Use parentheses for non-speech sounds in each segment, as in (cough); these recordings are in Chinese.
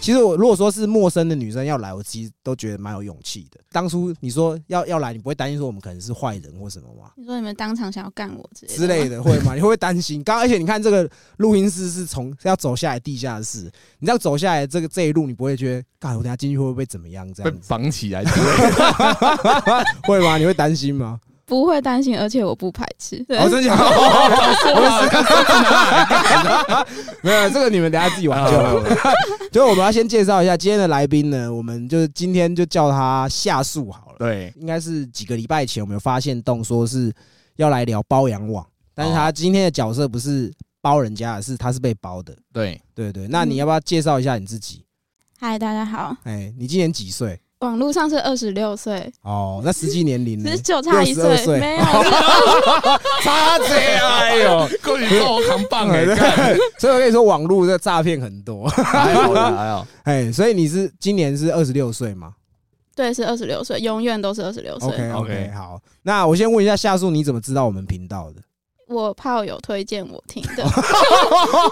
其实我如果说是陌生的女生要来，我其实都觉得蛮有勇气的。当初你说要要来，你不会担心说我们可能是坏人或什么吗？你说你们当场想要干我之类的之类的，的会吗？你 (laughs) 会不会担心？刚而且你看这个录音室是从要走下来地下室，你这样走下来这个这一路，你不会觉得，干我等下进去会不会怎么样？这被样 (laughs) 子绑起来之 (laughs) 类的。会吗？你会担心吗？不会担心，而且我不排斥。对，哦，真假的？没有，这个你们等下自己挽救。 (laughs) 所以我们要先介绍一下今天的来宾呢，我们就是今天就叫他夏树好了。对，应该是几个礼拜前我们有发现动说是要来聊包养网，但是他今天的角色不是包人家，是他是被包的。对，对对，那你要不要介绍一下你自己？嗨，大家好，哎，你今年几岁？网络上是二十六岁， (laughs) 哦，那实际年龄呢只是？就差一62岁 (laughs) 没有，是差这，啊哎呦，过去说我扛 (laughs) 棒哎，干所以我跟你说，网络的诈骗很多。 (laughs) 还好啦还好，哎，所以你是今年是二十六岁吗？对，是二十六岁，永远都是二十六岁。 OK OK， OK 好，那我先问一下夏树，你怎么知道我们频道的？我炮友推荐我听的，哦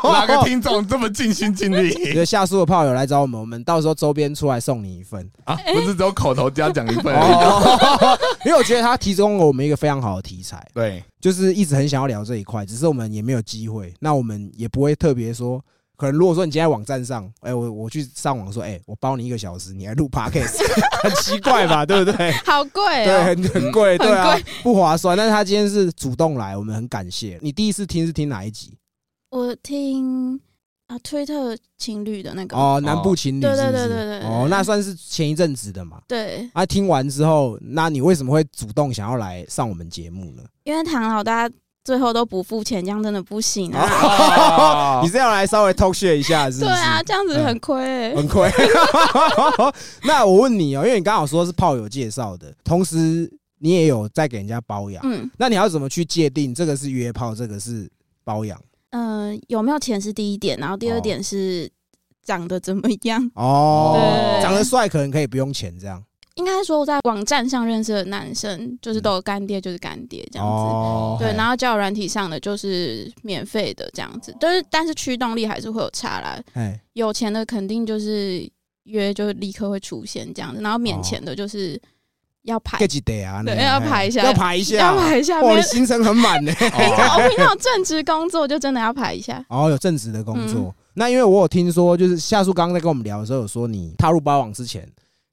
哪个听众这么尽心 (laughs) 尽觉力得夏树的炮友来找我们，我们到时候周边出来送你一份。啊？不是只有口头加讲一份而已，哎哦， (laughs) 因为我觉得他提供了我们一个非常好的题材，对，就是一直很想要聊这一块，只是我们也没有机会，那我们也不会特别说。可能如果说你今天在网站上，哎、我我去上网说，哎、我包你一个小时，你来录 podcast，很 (laughs) 奇怪吧，对 (laughs) 不对？好贵对，哦、很很贵，对啊很，不划算。但是他今天是主动来，我们很感谢。你第一次听是听哪一集？我听啊，推特情侣的那个，哦，南部情侣是对不是？对对对对对哦，那算是前一阵子的嘛。对，啊，听完之后，那你为什么会主动想要来上我们节目呢？因为唐老大最后都不付钱，这样真的不行啊。啊 (laughs) 你是要来稍微 talk shit 一哦下，是不是？嗯哦哦对啊，，这样子很亏、欸。很亏。 (laughs) 那我问你哦，因为你刚好说是炮友介绍的，同时你也有在给人家包养，嗯那你要怎么去界定这个是约炮，这个是包养？嗯、呃有没有钱是第一点，然后第哦二点是长得怎么样。哦，对长得帅可能可以不用钱这样。应该说在网站上认识的男生，就是都有干爹，就是干爹这样子。哦，对，然后交友软体上的就是免费的这样子，就是但是驱动力还是会有差啦。哎，有钱的肯定就是约就立刻会出现这样子，然后免钱的就是要排， get 几 day 啊？对那样要嘿排一下要排一下，要排哦一下。没哇，你有行程很满 (laughs) 呢。我平常有正职工作就真的要排一下。哦，有正职的工作。嗯那因为我有听说，就是夏树刚刚在跟我们聊的时候，有说你踏入包网之前，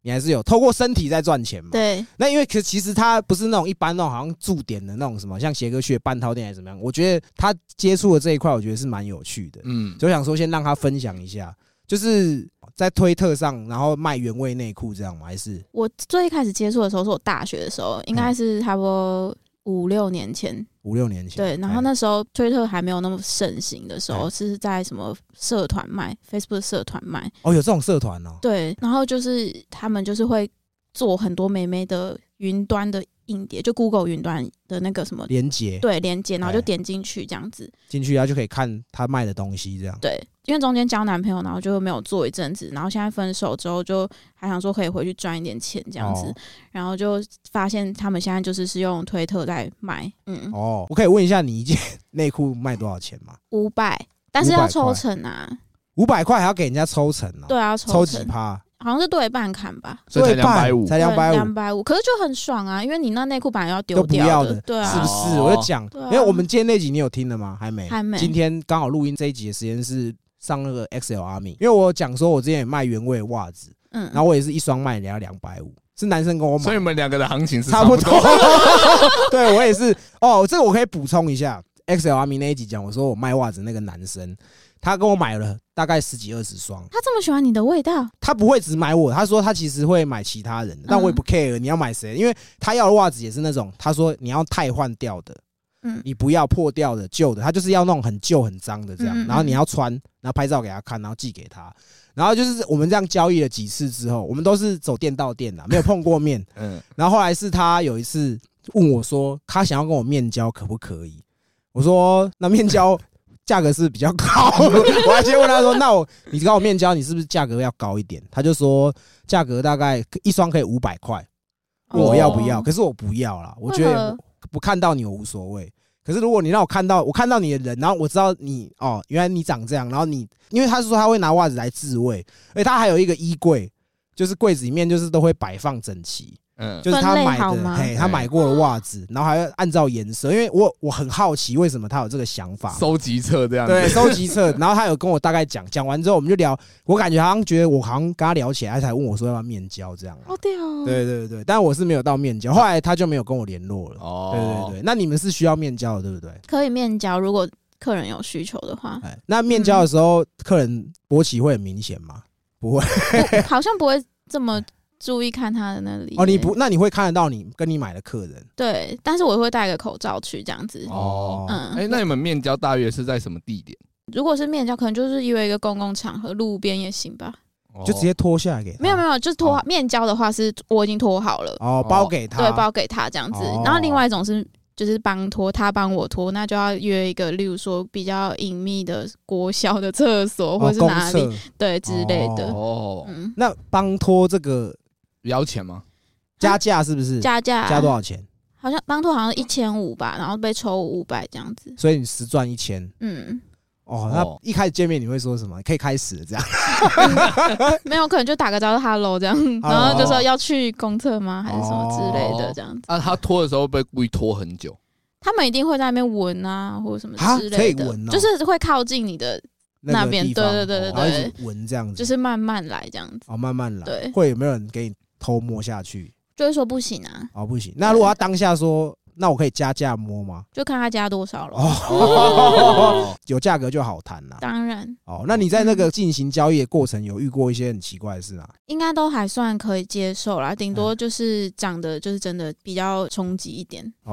你还是有透过身体在赚钱嘛？。 (laughs) 对，那因为可其实他不是那种一般那种好像驻点的那种什么，像斜哥去的半套店还是怎么样。我觉得他接触的这一块，我觉得是蛮有趣的，嗯，就想说先让他分享一下，就是在推特上，然后卖原味内裤这样吗？还是我最一开始接触的时候是我大学的时候，应该是差不多五六年前。五六年前？对，然后哎？那时候推特还没有那么盛行的时候，嗯是在什么社团卖，Facebook 社团卖。哦，有这种社团哦。对，然后就是他们就是会做很多美眉的云端的硬碟，就 Google 云端的那个什么。连接对，连接，然后哎就点进去这样子。进去，然后就可以看他卖的东西，这样。对，因为中间交男朋友，然后就没有做一阵子，然后现在分手之后，就还想说可以回去赚一点钱这样子，哦然后就发现他们现在就是是用推特在卖，嗯，哦，我可以问一下你一件内裤卖多少钱吗？五百，但是500要块抽成啊，五百块还要给人家抽成哦，对啊，要抽成几趴？好像是对半砍吧，所以才对半250啊才两百五两百五，可是就很爽啊，因为你那内裤本来要都丢不掉要的，对是啊，不是？哦我就讲，对啊因为我们今天那集你有听了吗？还没，还没今天刚好录音这一集的时间是上那个 XL 阿米，因为我有讲说我之前也卖原味袜子，嗯，然后我也是一双卖人家两百五，是男生跟我所以买你，们两个的行情是差不不 (laughs) 多。对我也是，哦，这个我可以补充一下，XL 阿米那一集讲我说我卖袜子那个男生，他跟我买了大概十几二十双。他这么喜欢你的味道，他不会只买我，他说他其实会买其他人的，嗯但我也不 care 你要买谁，因为他要的袜子也是那种，他说你要汰换掉的，嗯，你不要破掉的旧的，他就是要那种很旧很脏的这嗯样，嗯嗯然后你要穿，然后拍照给他看，然后寄给他，然后就是我们这样交易了几次之后，我们都是走店到店的，没有碰过面，嗯，然后后来是他有一次问我说，他想要跟我面交可不可以？我说那面交价格是比较高， (laughs) 我还先问他说，那我你跟我面交，你是不是价格要高一点？他就说价格大概一双可以五百块，问我要不要？哦可是我不要啦，我觉为得何不看到你我无所谓。可是如果你让我看到我看到你的人，然后我知道你哦，原来你长这样，然后你因为他是说他会拿袜子来自慰，而且他还有一个衣柜，就是柜子里面就是都会摆放整齐，嗯，就是他分类买好的，吗嘿，他买过的袜子，然后还要按照颜色，因为我我很好奇为什么他有这个想法，收集册这样子，对，收集册， (laughs) 然后他有跟我大概讲，讲完之后我们就聊，我感觉好像觉得我好像跟他聊起来，他才问我说要不要面交这样，好屌哦，对对对，但我是没有到面交，后来他就没有跟我联络了，对哦对，对，那你们是需要面交的，对不对？可以面交，如果客人有需求的话，哎，那面交的时候，客人勃起会很明显吗？不好像不会这么注意看他的那里哦，你不，那你会看得到你跟你买的客人对，但是我会戴个口罩去这样子。哦，嗯哎，那你们面交大约是在什么地点？如果是面交，可能就是约一个公共场合，路边也行吧。就直接脱下来给他，没有没有，就是脱哦面交的话是我已经脱好了，哦，包给他，对，包给他这样子哦。然后另外一种是就是帮拖，他帮我拖，那就要约一个，例如说比较隐秘的国小的厕所哦或是公哪里，厕对之类的。哦，嗯，那帮拖这个要钱吗？加价是不是？啊加价加多少钱？好像帮拖好像一千五吧，然后被抽五百这样子。所以你实赚一千。嗯，哦，哦那一开始见面你会说什么？可以开始了这样。没有，可能就打个招呼 hello 这样，哦嗯然后就说要去公厕吗？还是什么之类哦的这样子。啊，他拖的时候被故意拖很久，他们一定会在那边闻啊，或者什么啊之可以类的，闻哦就是会靠近你的，那那个边地方对对对对哦然后一直闻这样子，就是慢慢来这样子，哦，慢慢来。对会有没有人给你偷摸下去？就会说不行啊，哦，不行。那如果他当下说，那我可以加价摸吗？就看他加多少了。哦，哦， (laughs) 有价格就好谈啦。当然，哦，那你在那个进行交易的过程，有遇过一些很奇怪的事 (laughs) 啊？应该都还算可以接受啦，嗯顶多就是长得就是真的比较冲击一点， (laughs)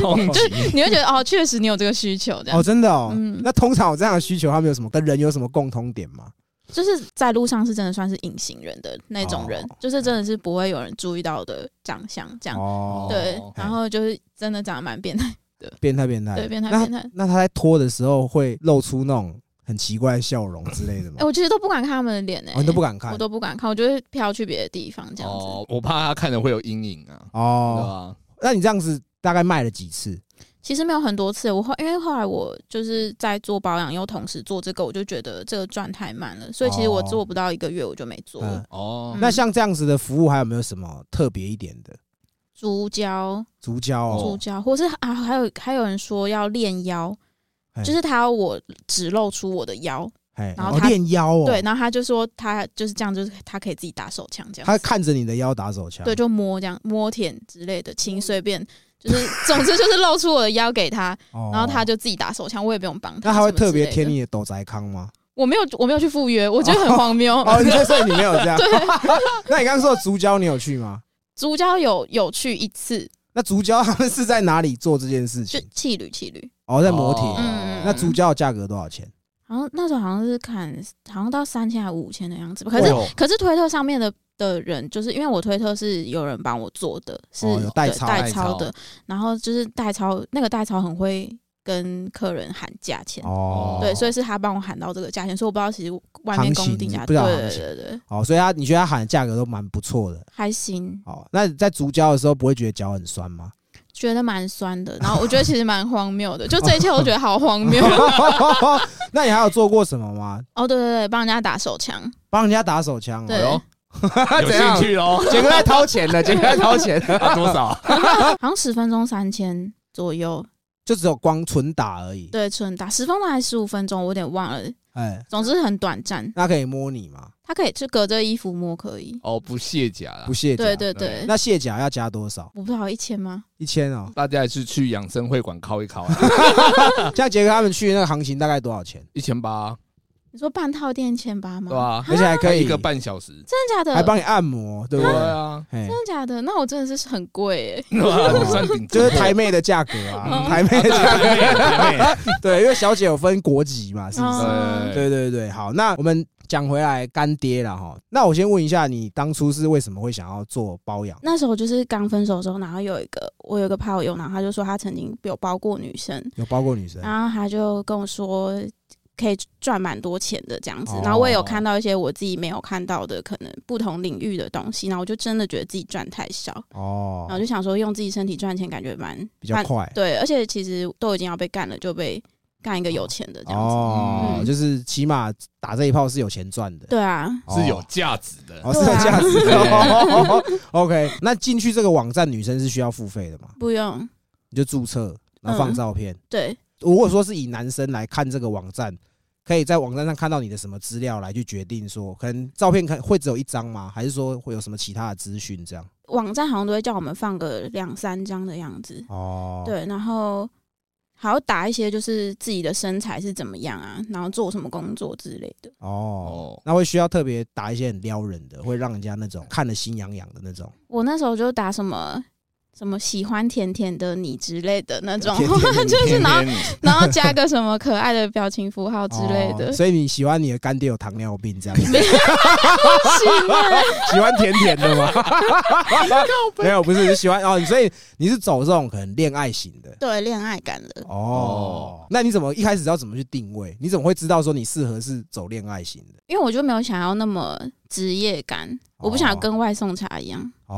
冲击你会觉得哦，确实你有这个需求这样哦，，真的哦。嗯那通常有这样的需求，他们有什么跟人有什么共通点吗？就是在路上是真的算是隐形人的那种人，哦就是真的是不会有人注意到的长相这样。哦，对，然后就是真的长得蛮变态，变态变态，对，变态哎那嗯变态。那他在拖的时候会露出那种很奇怪的笑容之类的吗哎、？我其实都不敢看他们的脸哎、哦，你都不敢看我都不敢看，我就会飘去别的地方这样子。哦，我怕他看着会有阴影啊，对哦。吧？那你这样子大概卖了几次？其实没有很多次，我后因为后来我就是在做保养，又同时做这个，我就觉得这个赚太慢了，所以其实我哦做不到一个月我就没做。嗯，哦，那像这样子的服务还有没有什么特别一点的？足胶，足胶哦，足胶，或是啊，还有还有人说要练腰哎，就是他要我只露出我的腰，哎，然后哦他练腰哦，对，，然后他就说他就是这样，就是他可以自己打手枪这样他啊子，看着你的腰打手枪，对，就摸这样摸舔之类的，亲随便，就是总之就是露出我的腰给他，哦，然后他就自己打手枪，我也不用帮他。那他会什么之特别类的贴，你的斗宅康吗？我没有我没有去赴约，我觉得很荒谬。 (laughs) 哦，你所以你没有这样。 (laughs) 那你刚刚说的足胶你有去吗？足交有有去一次，那足胶他们是在哪里做这件事就情？气旅气旅，哦，在磨哦铁。嗯那足胶的价格多少钱？好像那时候好像是看好像到三千还五千的样子吧，可是哎呦可是推特上面的的人，就是因为我推特是有人帮我做的，是哦有代对抄代代抄的抄，然后就是代抄那个代抄很会跟客人喊价钱。哦，对，所以是他帮我喊到这个价钱，所以我不知道其实外面行公情定价，不知对道对行情对对，哦，所以他你觉得他喊的价格都蛮不错的。还行，哦，那你在足胶的时候不会觉得脚很酸 (laughs) 吗？觉得蛮酸的。然后我觉得其实蛮荒谬的，就这一切我都觉得好荒谬。那你还有做过什么吗？哦，对对对，帮人家打手枪，帮人家打手枪、对哦，哎呦，(laughs) 有怎样兴 (laughs) 趣哦，杰哥在掏钱 (laughs) 了，杰哥在掏钱了，啊多少啊？好像十分钟三千左右，就只有光纯打而已。对，纯打十分钟还是十五分钟，我有点忘了，哎，总之很短暂。那可以摸你吗？他可以就隔着衣服摸可以。哦，不卸甲啦不，卸甲，对对对对，那卸甲要加多少？我不知道一千吗？一千哦。大家也是去养生会馆敲一敲啊， (laughs) 像杰哥他们去那个行情大概多少钱？一千八，你说半套店一千八吗？对吧？而且还嗯可以一个半小时，啊真的假的？啊还帮你按摩，对不对？ (laughs) 啊，哎，真的假的？那我真的是很贵哎、对吧？算顶级就是台妹的价格啊，嗯台妹的价 (laughs) 台妹台妹格， (laughs) 对，因为小姐有分国籍嘛，是不是？哦对对对，好，那我们讲回来干爹了哈。那我先问一下，你当初是为什么会想要做包养？那时候就是刚分手的时候，然后有一个我有一个炮友，然后他就说他曾经有包过女生，有包过女生？然后他就跟我说可以赚蛮多钱的这样子哦。然后我也有看到一些我自己没有看到的，可能不同领域的东西，然后我就真的觉得自己赚太少，然后哦，就想说用自己身体赚钱，感觉蛮比较蛮快对，而且其实都已经要被干了，就被干一个有钱的这样子。哦，嗯就是起码打这一炮是有钱赚的，对啊，哦是有价值的。哦，是有对啊价值的。对哦 OK，那进去这个网站，女生是需要付费的嘛？不用。你就注册，然嗯后放照片。对，如果说是以男生来看这个网站，可以在网站上看到你的什么资料来去决定说，可能照片看会只有一张吗？还是说会有什么其他的资讯这样？网站好像都会叫我们放个两三张的样子。哦，，对，然后还要打一些就是自己的身材是怎么样啊，然后做什么工作之类的。哦，哦，那会需要特别打一些很撩人的，会让人家那种看了心痒痒的那种。我那时候就打什么什么喜欢甜甜的你之类的那哦种，甜甜的 (laughs) 你就是天然后天你然后加个什么可爱的表情符号之类的哦， (laughs) 所以你喜欢你的干爹有糖尿病这样子，是啊喜欢甜甜的 (laughs) 吗？没有，不是，你喜欢哦，所以你是走这种可能恋爱型的。对恋爱感了。哦哦，那你怎么一开始要怎么去定位？你怎么会知道说你适合是走恋爱型的？因为我就没有想要那么职业感，我不想哦要跟外送茶一样。哦，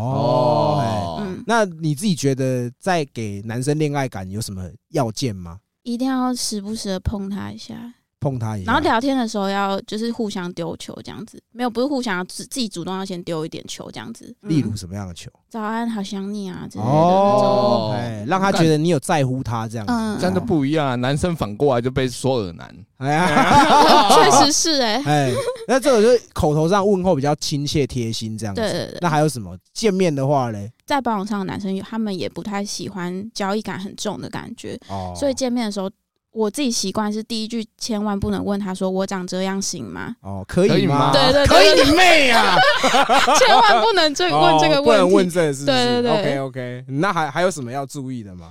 哦，嗯，那你自己觉得在给男生恋爱感有什么要件吗？一定要时不时的碰他一下，碰他一下，然后聊天的时候要就是互相丢球这样子，没有不是互相要自自己主动要先丢一点球这样子。嗯例如什么样的球？早安，好想你啊之类的那种。哦哦，哎，让他觉得你有在乎他这样嗯子，真的不一样啊！男生反过来就被说耳男， (laughs) 哎呀，确实是哎、哎，那这个就是口头上问候比较亲切贴心 (laughs) 这样对子。对对，那还有什么见面的话嘞？在包容上的男生他们也不太喜欢交易感很重的感觉，哦，所以见面的时候，我自己习惯是第一句千万不能问他说我长这样行 (laughs) 吗？哦，可以吗？啊对对 (laughs) 可对，以你妹啊！对千万不能这 (laughs) 问这个哦不能问问题。这个是不是？对对 OK 对 OK，那还还有什么要注意的吗？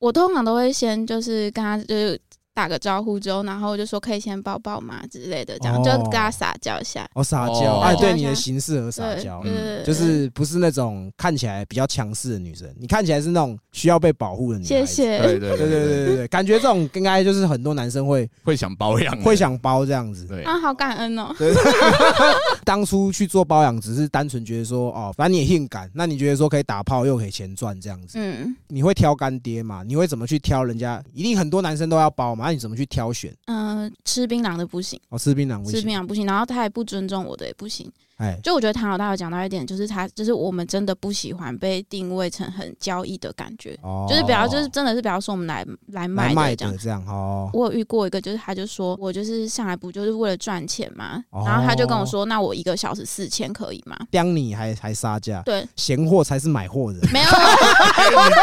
我通常都会先就是跟他就是打个招呼之后，然后就说可以先抱抱吗之类的，这样、哦就跟他撒娇一下。哦，撒娇，哦哎，撒娇对你的形式和撒对娇，对嗯对对就是不是那种看起来比较强势的女生，你看起来是那种需要被保护的女谢孩子。谢。对对对哎对对对对对，感觉这种应该就是很多男生会会想包养，会想包这样子。对 (laughs) 啊，好感恩哦！对，当初去做包养只是单纯觉得说，哦，反正你也性感，那你觉得说可以打炮又可以钱赚这样子，嗯你会挑干爹嘛？你会怎么去挑人家？一定很多男生都要包嘛，那你怎么去挑选？嗯、呃吃槟榔的不行，哦，吃槟榔不吃行，槟榔不行，然后他也不尊重我的也不行。哎，就我觉得唐老大有讲到一点，就是他就是我们真的不喜欢被定位成很交易的感觉，哦，就是不要就是真的是不要说我们来来来卖哦卖这样的。这样哦，我有遇过一个，就是他就说我就是上来不就是为了赚钱嘛，哦然后他就跟我说，那我一个小时四千可以吗？刁你还还杀价，对，闲货才是买货 (laughs) 人。没有，啊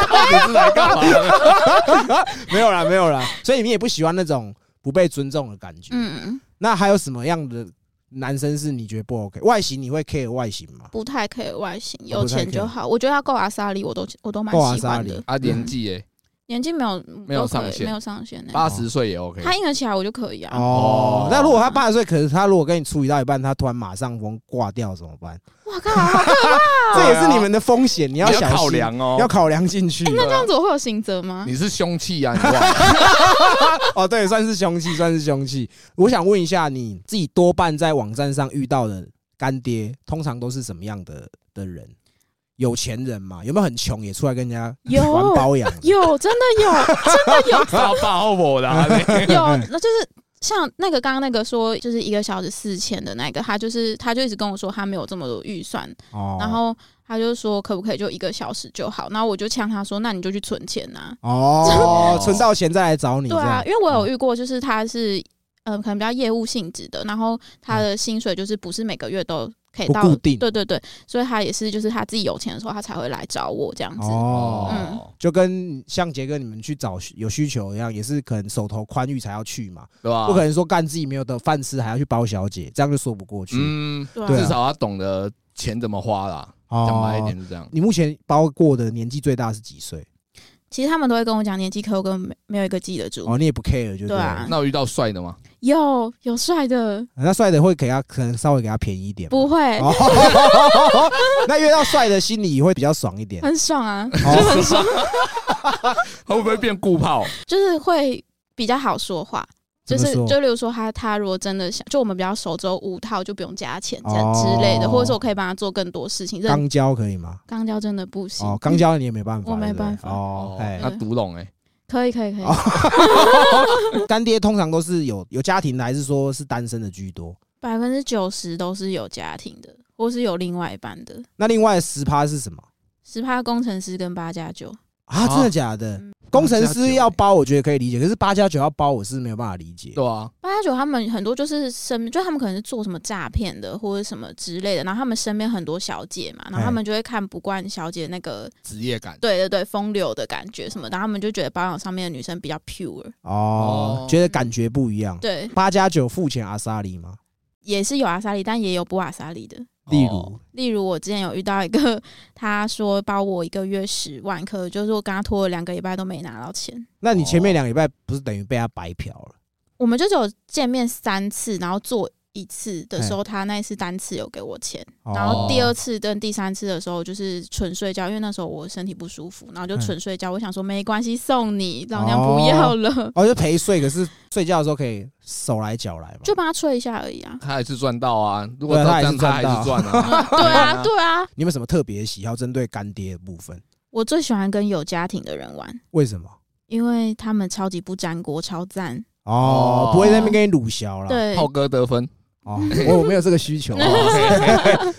(laughs) 到底是来干嘛的？没有啦，没有啦，所以你也不喜欢那种不被尊重的感觉。嗯，那还有什么样的男生是你觉得不 OK？外形你会 care 外形吗？不太可以外形，哦有不太钱就好。我觉得他够阿莎莉，我都我都蛮够阿喜莎欢莉的。啊，年纪哎，年纪没有没有都可以上限没有上限欸八十岁也 OK。他硬得起来我就可以啊。哦哦，那如果他八十岁，可是他如果跟你处理到一半，他突然马上风挂掉怎么办？我靠，好可这啊也是你们的风险，你要你小心，考量哦，要考量进去。啊哎那这样子我会有刑责吗？你是凶器啊，你忘了 (laughs) 哦，对，算是凶器，算是凶器。我想问一下，你自己多半在网站上遇到的干爹，通常都是什么样的的人？有钱人嘛？有没有很穷也出来跟人家有玩包养？有，真的有， (laughs) 他包我的 (laughs) 啊，你有，那就是像那个刚刚那个说，就是一个小时四千的那个，他就是他就一直跟我说他没有这么多预算，哦，然后他就说可不可以就一个小时就好，然后我就呛他说那你就去存钱啊呐、 (laughs) 哦，真的存到钱再来找你。嗯对啊，这样，因为我有遇过，就是他是呃可能比较业务性质的，然后他的薪水就是不是每个月都。可以不到固定对对对，所以他也是就是他自己有钱的时候，他才会来找我这样子。哦，嗯就跟像杰哥你们去找有需求一样，也是可能手头宽裕才要去嘛，对吧？不可能说干自己没有的饭吃还要去包小姐，这样就说不过去。嗯，对对啊至少他懂得钱怎么花啦。哦讲白一点是这样，你目前包过的年纪最大是几岁？其实他们都会跟我讲年纪，可我根本没没有一个记得住。哦，你也不 care 就对对了。啊，那我遇到帅的吗？有有帅的，那帅的会给他可能稍微给他便宜一点嘛，(laughs) 不会， (laughs) 哦，那约到帅的心里会比较爽一点。很爽啊，哦他会不会变固炮？就是会比较好说话。就怎么是说就例如说他他如果真的想，就我们比较熟之后五套就不用加钱这样之类的，哦或者说我可以帮他做更多事情。这钢胶可以吗？钢胶真的不行哦，，钢胶你也没办法，我没对不对办法哦。哎他读懂哎，可以可以可以，哦干爹通常都是有有家庭的，还是说是单身的居多？百分之九十都是有家庭的，或是有另外一半的。那另外十趴是什么十趴工程师跟八加九，啊？啊真的假的嗯？工程八加师九要包，我觉得可以理解，可是八加九要包，我是没有办法理解。对啊，八加九他们很多就是身，就他们可能是做什么诈骗的或者什么之类的，然后他们身边很多小姐嘛，然后他们就会看不惯小姐那个职业感对对对风流的感觉什么，然后他们就觉得保养上面的女生比较 pure，哦哦，觉得感觉不一样。对，八加九付钱阿萨里吗？也是有阿萨里，但也有不阿萨里的。例哦如例如我之前有遇到一个， (laughs) 他说包我一个月十万颗，就是我跟他拖了两个礼拜都没拿到钱。那你前面哦两个礼拜不是等于被他白嫖了？我们就只有见面三次，然后做一次的时候，他那一次单次有给我钱，哦然后第二次跟第三次的时候就是纯睡觉，因为那时候我身体不舒服，然后就纯睡觉。我想说没关系，送你，老娘不要了，哦，就陪睡，可是睡觉的时候可以手来脚来嘛。就帮他吹一下而已啊。他还是赚到啊，如果对照他还这样是他还赚是赚啊，对啊，对啊，你有没有什么特别的喜好针对干爹的部分？我最喜欢跟有家庭的人玩，为什么？因为他们超级不粘锅，超赞。哦哦，不会在那边给你鲁小啦。，对，炮哥得分，哦哦， (laughs) 我我没有这个需求。啊 (laughs)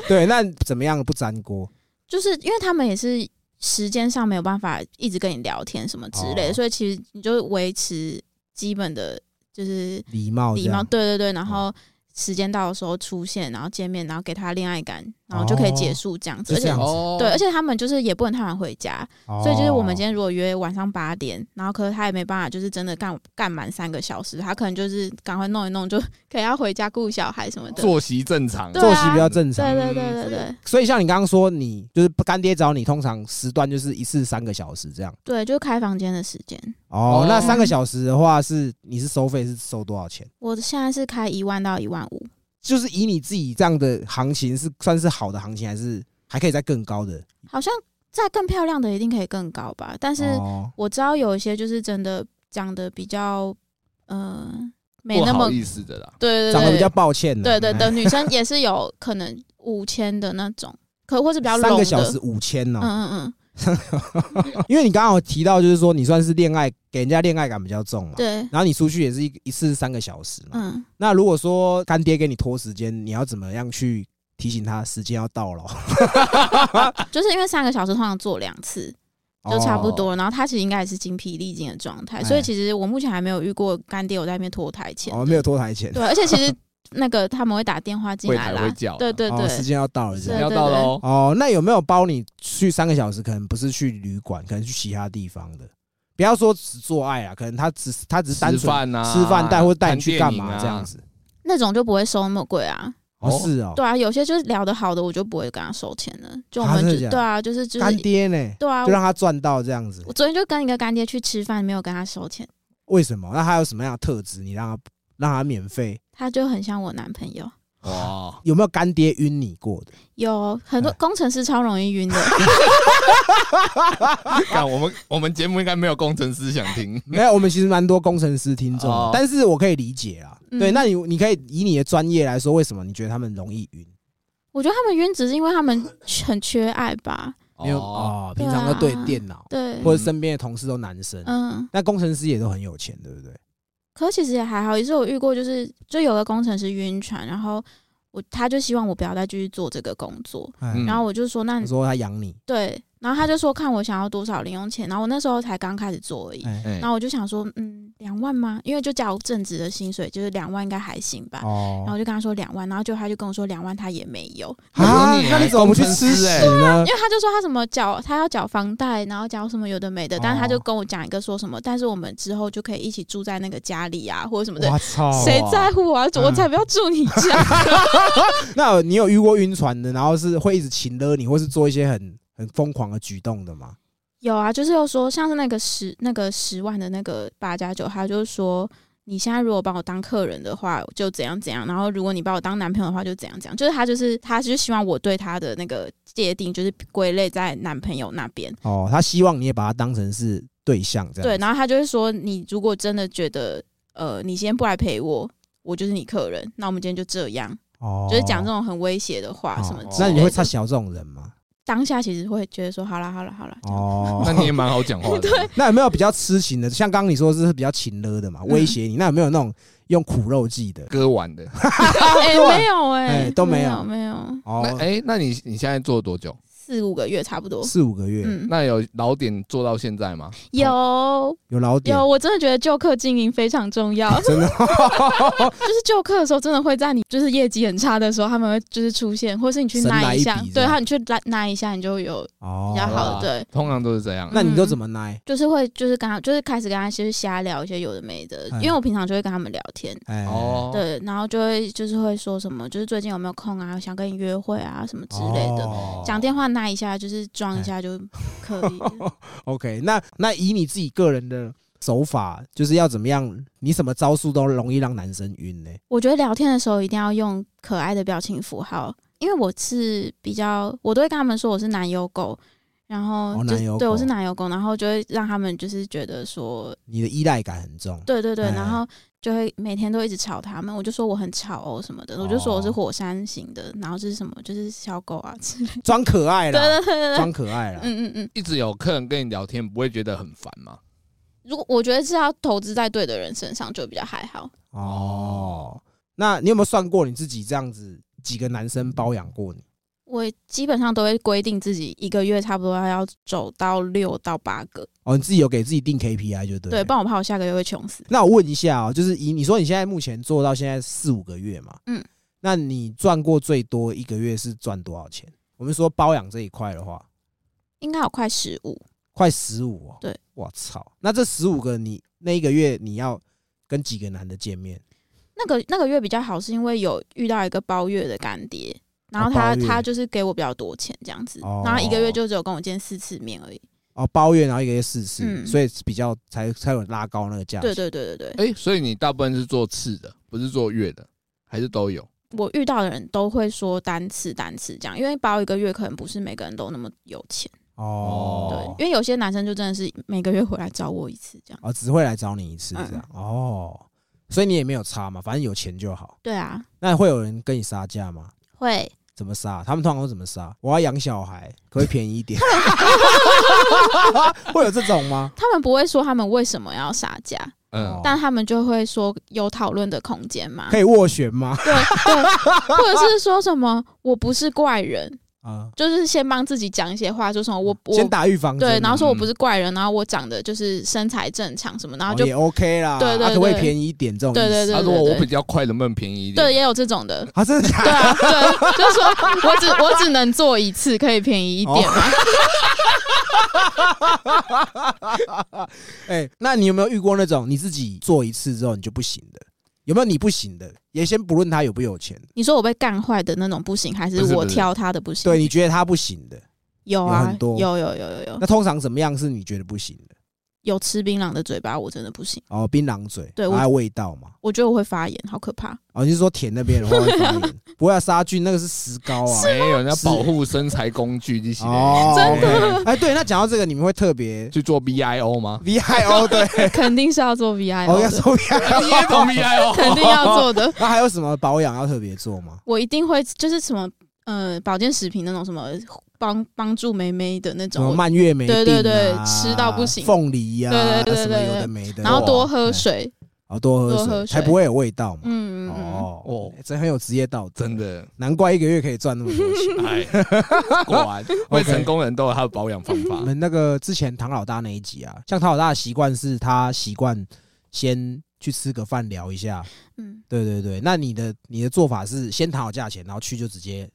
对，那怎么样不粘锅？就是因为他们也是时间上没有办法一直跟你聊天什么之类的，哦所以其实你就维持基本的就是礼貌，礼貌，。对对对，然哦后时间到的时候出现，然后见面，然后给他恋爱感，然后就可以结束这样哦子，而就这且样。哦，对，而且他们就是也不能太晚回家，哦所以就是我们今天天如果约晚上八点，然后可是他也没办法，就是真的干干满三个小时，他可能就是赶快弄一弄，就可以要回家顾小孩什么的。作息正常，对啊作息比较正常，对对对对对所以像你刚刚说，你就是干爹找你，通常时段就是一次三个小时这样。对，就开房间的时间，哦哦，那三个小时的话是你是收费是收多少钱？我现在是开一万到一万五，就是以你自己这样的行情是算是好的行情，还是还可以再更高的？好像再更漂亮的一定可以更高吧，但是哦我知道有一些就是真的讲的比较，呃，没不那好么意思的啦，对对对，长得比较抱歉啦对对对，哎女生也是有可能五千的那种，可或是比较三拢个的，小时啊五千呢嗯，嗯嗯，因为你刚刚有提到，就是说你算是恋爱给人家恋爱感比较重嘛，对，然后你出去也是一一次三个小时嘛。嗯，那如果说干爹给你拖时间，你要怎么样去提醒他时间要到了？嗯就是因为三个小时通常做两次 (laughs) 就差不多了，然后他其实应该也是精疲力尽的状态，所哦以哎其实我目前还没有遇过干爹我在那边拖台前，哦，没有拖台前，对，而且其实那个他们会打电话进会来抬啦会，叫，对对哦，时对，间要到了是不对是。要到喽，哦，那有没有包你去三个小时？可能不是去旅馆，可能去其他地方的。不要说只做爱啊，可能他只是他只是单吃纯饭啊，吃饭带或者带你去干看电影嘛啊这样，子。那种就不会收那么贵啊。哦，哦是哦，对啊，有些就是聊得好的，我就不会跟他收钱了。就我啊们真的就假的对啊，就是就干是爹呢，对啊就。让他赚到这样子我。昨天就跟一个干爹去吃饭，没有跟他收钱，为什么？那他有什么样的特质？你让他让他免费？他就很像我男朋友。哇，有没有干爹晕你过的？有很嗯多工程师超容易晕的， (laughs) 看我们我们节目应该没有工程师想 (laughs) 听，没有，我们其实蛮多工程师听众的，哦但是我可以理解啦。嗯对，那你你可以以你的专业来说，为什么你觉得他们容易晕？我觉得他们晕只是因为他们很缺爱吧。因为哦，哦，平常都对对啊电脑、对，或者身边的同事都男生，嗯，那工程师也都很有钱，对不对？可其实也还好。也是有遇过，就是就有个工程师晕船，然后我他就希望我不要再继续做这个工作，嗯，然后我就说那他说他养你，对，然后他就说看我想要多少零用钱，然后我那时候才刚开始做而已。哎哎然后我就想说，嗯，两万吗？因为就加我正职的薪水，就是两万应该还行吧。然后哦我就跟他说两万，然后就他就跟我说两万他也没有，啊，那你怎么不去工程吃师屎哎呢因？为他就说他什么缴他要缴房贷，然后缴什么有的没的，但是他就哦跟我讲一个说什么，但是我们之后就可以一起住在那个家里啊，或者什么的。我操！谁在乎我、啊？我嗯才不要住你家！ (laughs) (laughs) 那你有遇过晕船的，然后是会一直请了你，或是做一些很很疯狂的举动的吗？有啊，就是又说像是那个十那个十万的那个八加九，他就说你现在如果把我当客人的话，就怎样怎样；然后如果你把我当男朋友的话，就怎样怎样。就是他就是他就是希望我对他的那个界定就是归类在男朋友那边。哦，他希望你也把他当成是对象这样。对，然后他就会说，你如果真的觉得呃，你今天不来陪我，我就是你客人，那我们今天就这样，哦就是讲这种很威胁的话什么哦之类的。那你会差小这种人吗？当下其实会觉得说，好啦，好啦，好啦，这样哦，那你也蛮好 (laughs) 讲话的。对，那有没有比较痴情的？像刚刚你说是比较情勒的嘛，嗯威胁你。那有没有那种用苦肉计的？割完的。 (laughs) 哦哎、没有哎、哎都没没有没有，那哦，哎，那你你现在做了多久？四五个月差不多。四五个月嗯，那有老点做到现在吗？有有老点有，，我真的觉得就课经营非常 (laughs) 重要。真 (laughs) 的就是就课的时候，真的会在你就是业绩很差的时候，他们会就是出现，或是你去神拉来一一下笔，这对，然样后你去拉拉一下，你就有哦比较好哦的。对，通常都是这样。那你都怎么来？就是会就是跟他就是开始跟他就是瞎聊一些有的没的，哎因为我平常就会跟他们聊天。哎，哦，对，然后就会就是会说什么，就是最近有没有空啊，想跟你约会啊什么之类的，哦哎讲电话那一下，就是装一下就可以 (laughs) 了。 OK，那那以你自己个人的手法，就是要怎么样？你什么招数都容易让男生晕呢？我觉得聊天的时候一定要用可爱的表情符号，因为我是比较，我都会跟他们说我是男友狗，然后哦就、男友对狗我是男友狗，然后就会让他们就是觉得说，你的依赖感很重。对对对，哎然后就会每天都一直吵他们，我就说我很吵哦什么的，我就说我是火山型的，然后是什么就是小狗啊之类的，装可爱对啦，对对对对，装可爱啦。嗯嗯嗯，一直有客人跟你聊天，不会觉得很烦吗？如果我觉得是要投资在对的人身上就比较还好，哦，那你有没有算过你自己这样子几个男生包养过你？我基本上都会规定自己一个月差不多要走到六到八个。哦，你自己有给自己定 KPI 就对。对，不。然我怕我下个月会穷死。那我问一下哦，就是以你说你现在目前做到现在四五个月嘛，嗯，那你赚过最多一个月是赚多少钱？我们说包养这一块的话，应该有快十五，快十五哦。对，我操！那这十五个你那一个月你要跟几个男的见面？那个那个月比较好，是因为有遇到一个包月的干爹，然后哦他、包月他就是给我比较多钱这样子，哦然后一个月就只有跟我见四次面而已。哦，包月然后一个月四次，嗯所以比较才才有拉高那个价钱。对对对对对，哎，所以你大部分是做次的，不是做月的，还是都有？我遇到的人都会说单次单次这样，因为包一个月可能不是每个人都那么有钱，对，哦，因为有些男生就真的是每个月回来找我一次这样。哦，只会来找你一次嗯这样、哦，所以你也没有差嘛，反正有钱就好。对啊，那会有人跟你杀价吗？会怎么杀？他们通常会怎么杀？我要养小孩，可不可以便宜一 (laughs) 点？ (laughs) 会有这种吗？他们不会说他们为什么要杀价，嗯哦，但他们就会说有讨论的空间吗？可以斡旋吗？对对，或者是说什么我不是怪人，啊、就是先帮自己讲一些话，说什么我我嗯先打预防针啊。对，然后说我不是怪人，然后我长得就是身材正常什么，然后哦就、也 OK 啦，对对啊可不可以对便宜一点这种意思？对对对他说我比较快，能不能便宜一点？对也有这种的。啊，真的假对的？啊，对，就是说我只我只能做一次，可以便宜一点啊嘛。哦 (laughs) 哎、那你有没有遇过那种你自己做一次之后你就不行的？有没有你不行的？也先不论他有不有钱， (laughs) 你说我被干坏的那种不行，还是不是不我是挑他的不行？对，你觉得他不行的，有啊，有很多有有有有有那通常怎么样是你觉得不行的？有吃槟榔的嘴巴，我真的不行，哦，槟榔嘴，对我还有味道嘛。我觉得我会发炎，好可怕。哦，你是说舔那边的话会发 (laughs) 炎？不会啊，杀菌那个是石膏啊。没哎有，人家保护身材工具这些。哦，真的。哎，对，那讲到这个，你们会特别？去做 VIO 吗 VIO 对，肯定是要做 (laughs) VI，哦要哎的，做 VIO，你也懂 VIO？肯定要做的。那还有什么保养要特别做吗？我一定会就是什么呃保健食品那种什么帮帮助妹妹的那什么种，蔓越莓、啊，对对对吃到不行凤梨呀、啊，对对对对什么有的没的，然后多喝对，水，哦，多喝水，多喝水才不会有味道嘛。嗯嗯嗯，哦哦哦， (laughs) 真很有职业道德，真的，难怪一个月可以赚那么多 (laughs) 钱。哎，果 (laughs) 然未成工人都有他的保养方法我。们那个之前唐老大那一集啊，像唐老大的习惯是他习惯先去吃个饭聊一下，嗯，对对对。那你的你的做法是先谈好价钱，然后去就直接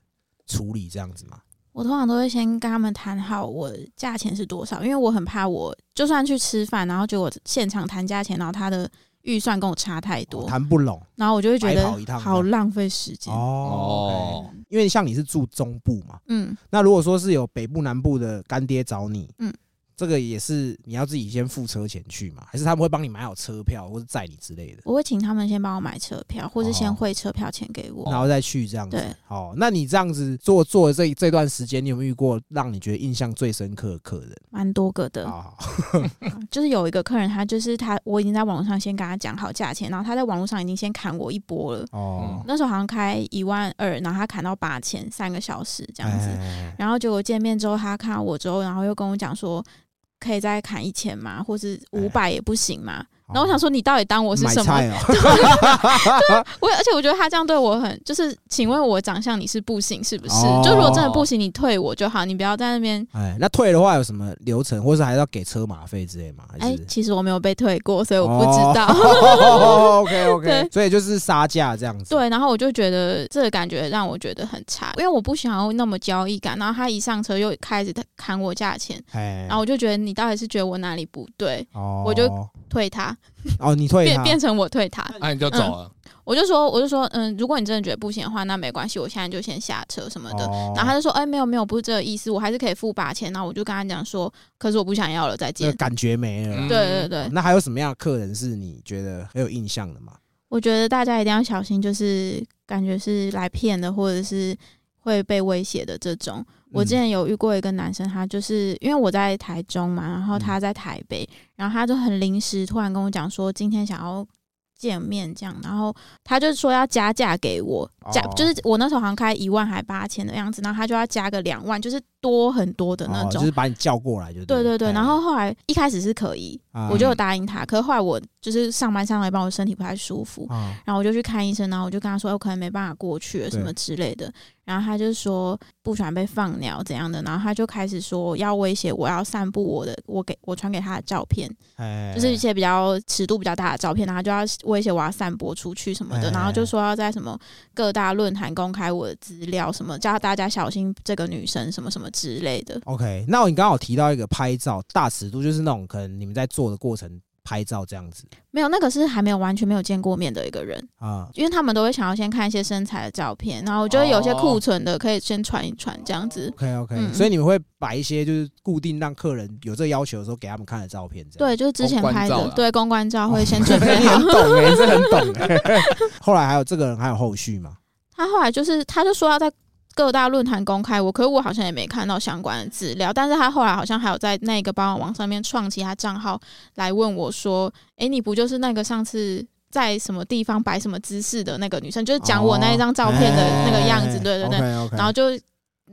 处理这样子嘛？我通常都会先跟他们谈好我价钱是多少，因为我很怕我就算去吃饭，然后结果现场谈价钱，然后他的预算跟我差太哦多，谈不拢然后我就会觉白跑一得趟好浪费时间。哦。哦， OK 因为像你是住中部嘛，嗯，那如果说是有北部、南部的干爹找你，嗯嗯，这个也是你要自己先付车钱去嘛，还是他们会帮你买好车票或者载你之类的，我会请他们先帮我买车票，或是先哦汇车票钱给我。然后再去这样子哦对。哦，那你这样子做做的这这段时间，你有没有遇过让你觉得印象最深刻的客人？蛮多个的，好好好，就是有一个客人，他就是他，我已经在网络上先跟他讲好价钱，然后他在网络上已经先砍我一波了。哦，那时候好像开一万二，然后他砍到八千，三个小时这样子。哎然后结果见面之后，他看到我之后，然后又跟我讲说，可以再砍一千吗？或是五百也不行吗？然后我想说，你到底当我是哎哦买什么？菜哦， (laughs) 我而且我觉得他这样对我很，就是请问我长相你是不行是不是？哦就如果真的不行，你退我就好，你不要在那边。哎，那退的话有什么流程，或是还要给车马费之类吗？还哎、是哦其实我没有被退过，所以我不知 (laughs) 道。 (laughs) OK OK，哎对哦所以就是杀价这样子。对，然后我就觉得这个感觉让我觉得很差，因为我不想要那么交易感。然后他一上车又开始砍我价钱，哎，然后我就觉得你到底是觉得我哪里不对，哦，我就退他，哦，你退变他，变成我退他。那你就走嗯了。我就说，我就说，嗯，如果你真的觉得不行的话，那没关系，我现在就先下车什么的。哦然后他就说，哎、没有没有，不是这个意思，我还是可以付八千。然后我就跟他讲说，可是我不想要了，再那见个。感觉没了啦。嗯对对对，那还有什么样的客人是你觉得很有印象的吗？我觉得大家一定要小心，就是感觉是来骗的，或者是会被威胁的这种。我嗯之前有遇过一个男生，他就是因为我在台中嘛，然后嗯他在台北，然后他就很临时突然跟我讲说今天想要见面这样，然后他就说要加价给我哦加，就是我那时候好像开一万还八千的样子，然后他就要加个两万，就是多很多的那哦就种。是把你叫过来就对对对了对，哎然后后来一开始是可以，啊我就有答应他，可是后来我就是上班上来，帮我身体不太舒服，啊然后我就去看医生，然后我就跟他说，哎我可能没办法过去了什么之类的。然后他就说不喜欢被放鸟怎样的，然后他就开始说要威胁我要散布我的，我给我传给他的照片，哎就是一些比较尺度比较大的照片，然后他就要威胁我要散播出去什么的，哎然后就说要在什么各大论坛公开我的资料，什么叫大家小心这个女生什么什么之类的。 OK，那你刚好提到一个拍照大尺度，就是那种可能你们在做的过程拍照这样子没有，那个是还没有完全没有见过面的一个人。啊。因为他们都会想要先看一些身材的照片，然后我觉得有哦些库存的可以先传一传这样子。 OK OK，、嗯所以你们会把一些就是固定让客人有这个要求的时候给他们看的照片这样。对，就是之前拍公关照的啦，对，公关照会 (laughs) 先准备好很。懂 (laughs) 哎、欸，这很懂哎、 (laughs) 后来还有这个人还有后续吗？他后来就是，他就说要在各大论坛公开我，可是我好像也没看到相关的资料。但是他后来好像还有在那个包网上面创其他账号来问我说：“诶，你不就是那个上次？”在什么地方摆什么姿势的那个女生，就是讲我哦那一张照片的哦那个哎样哎子，对对对。 o k o k 然后就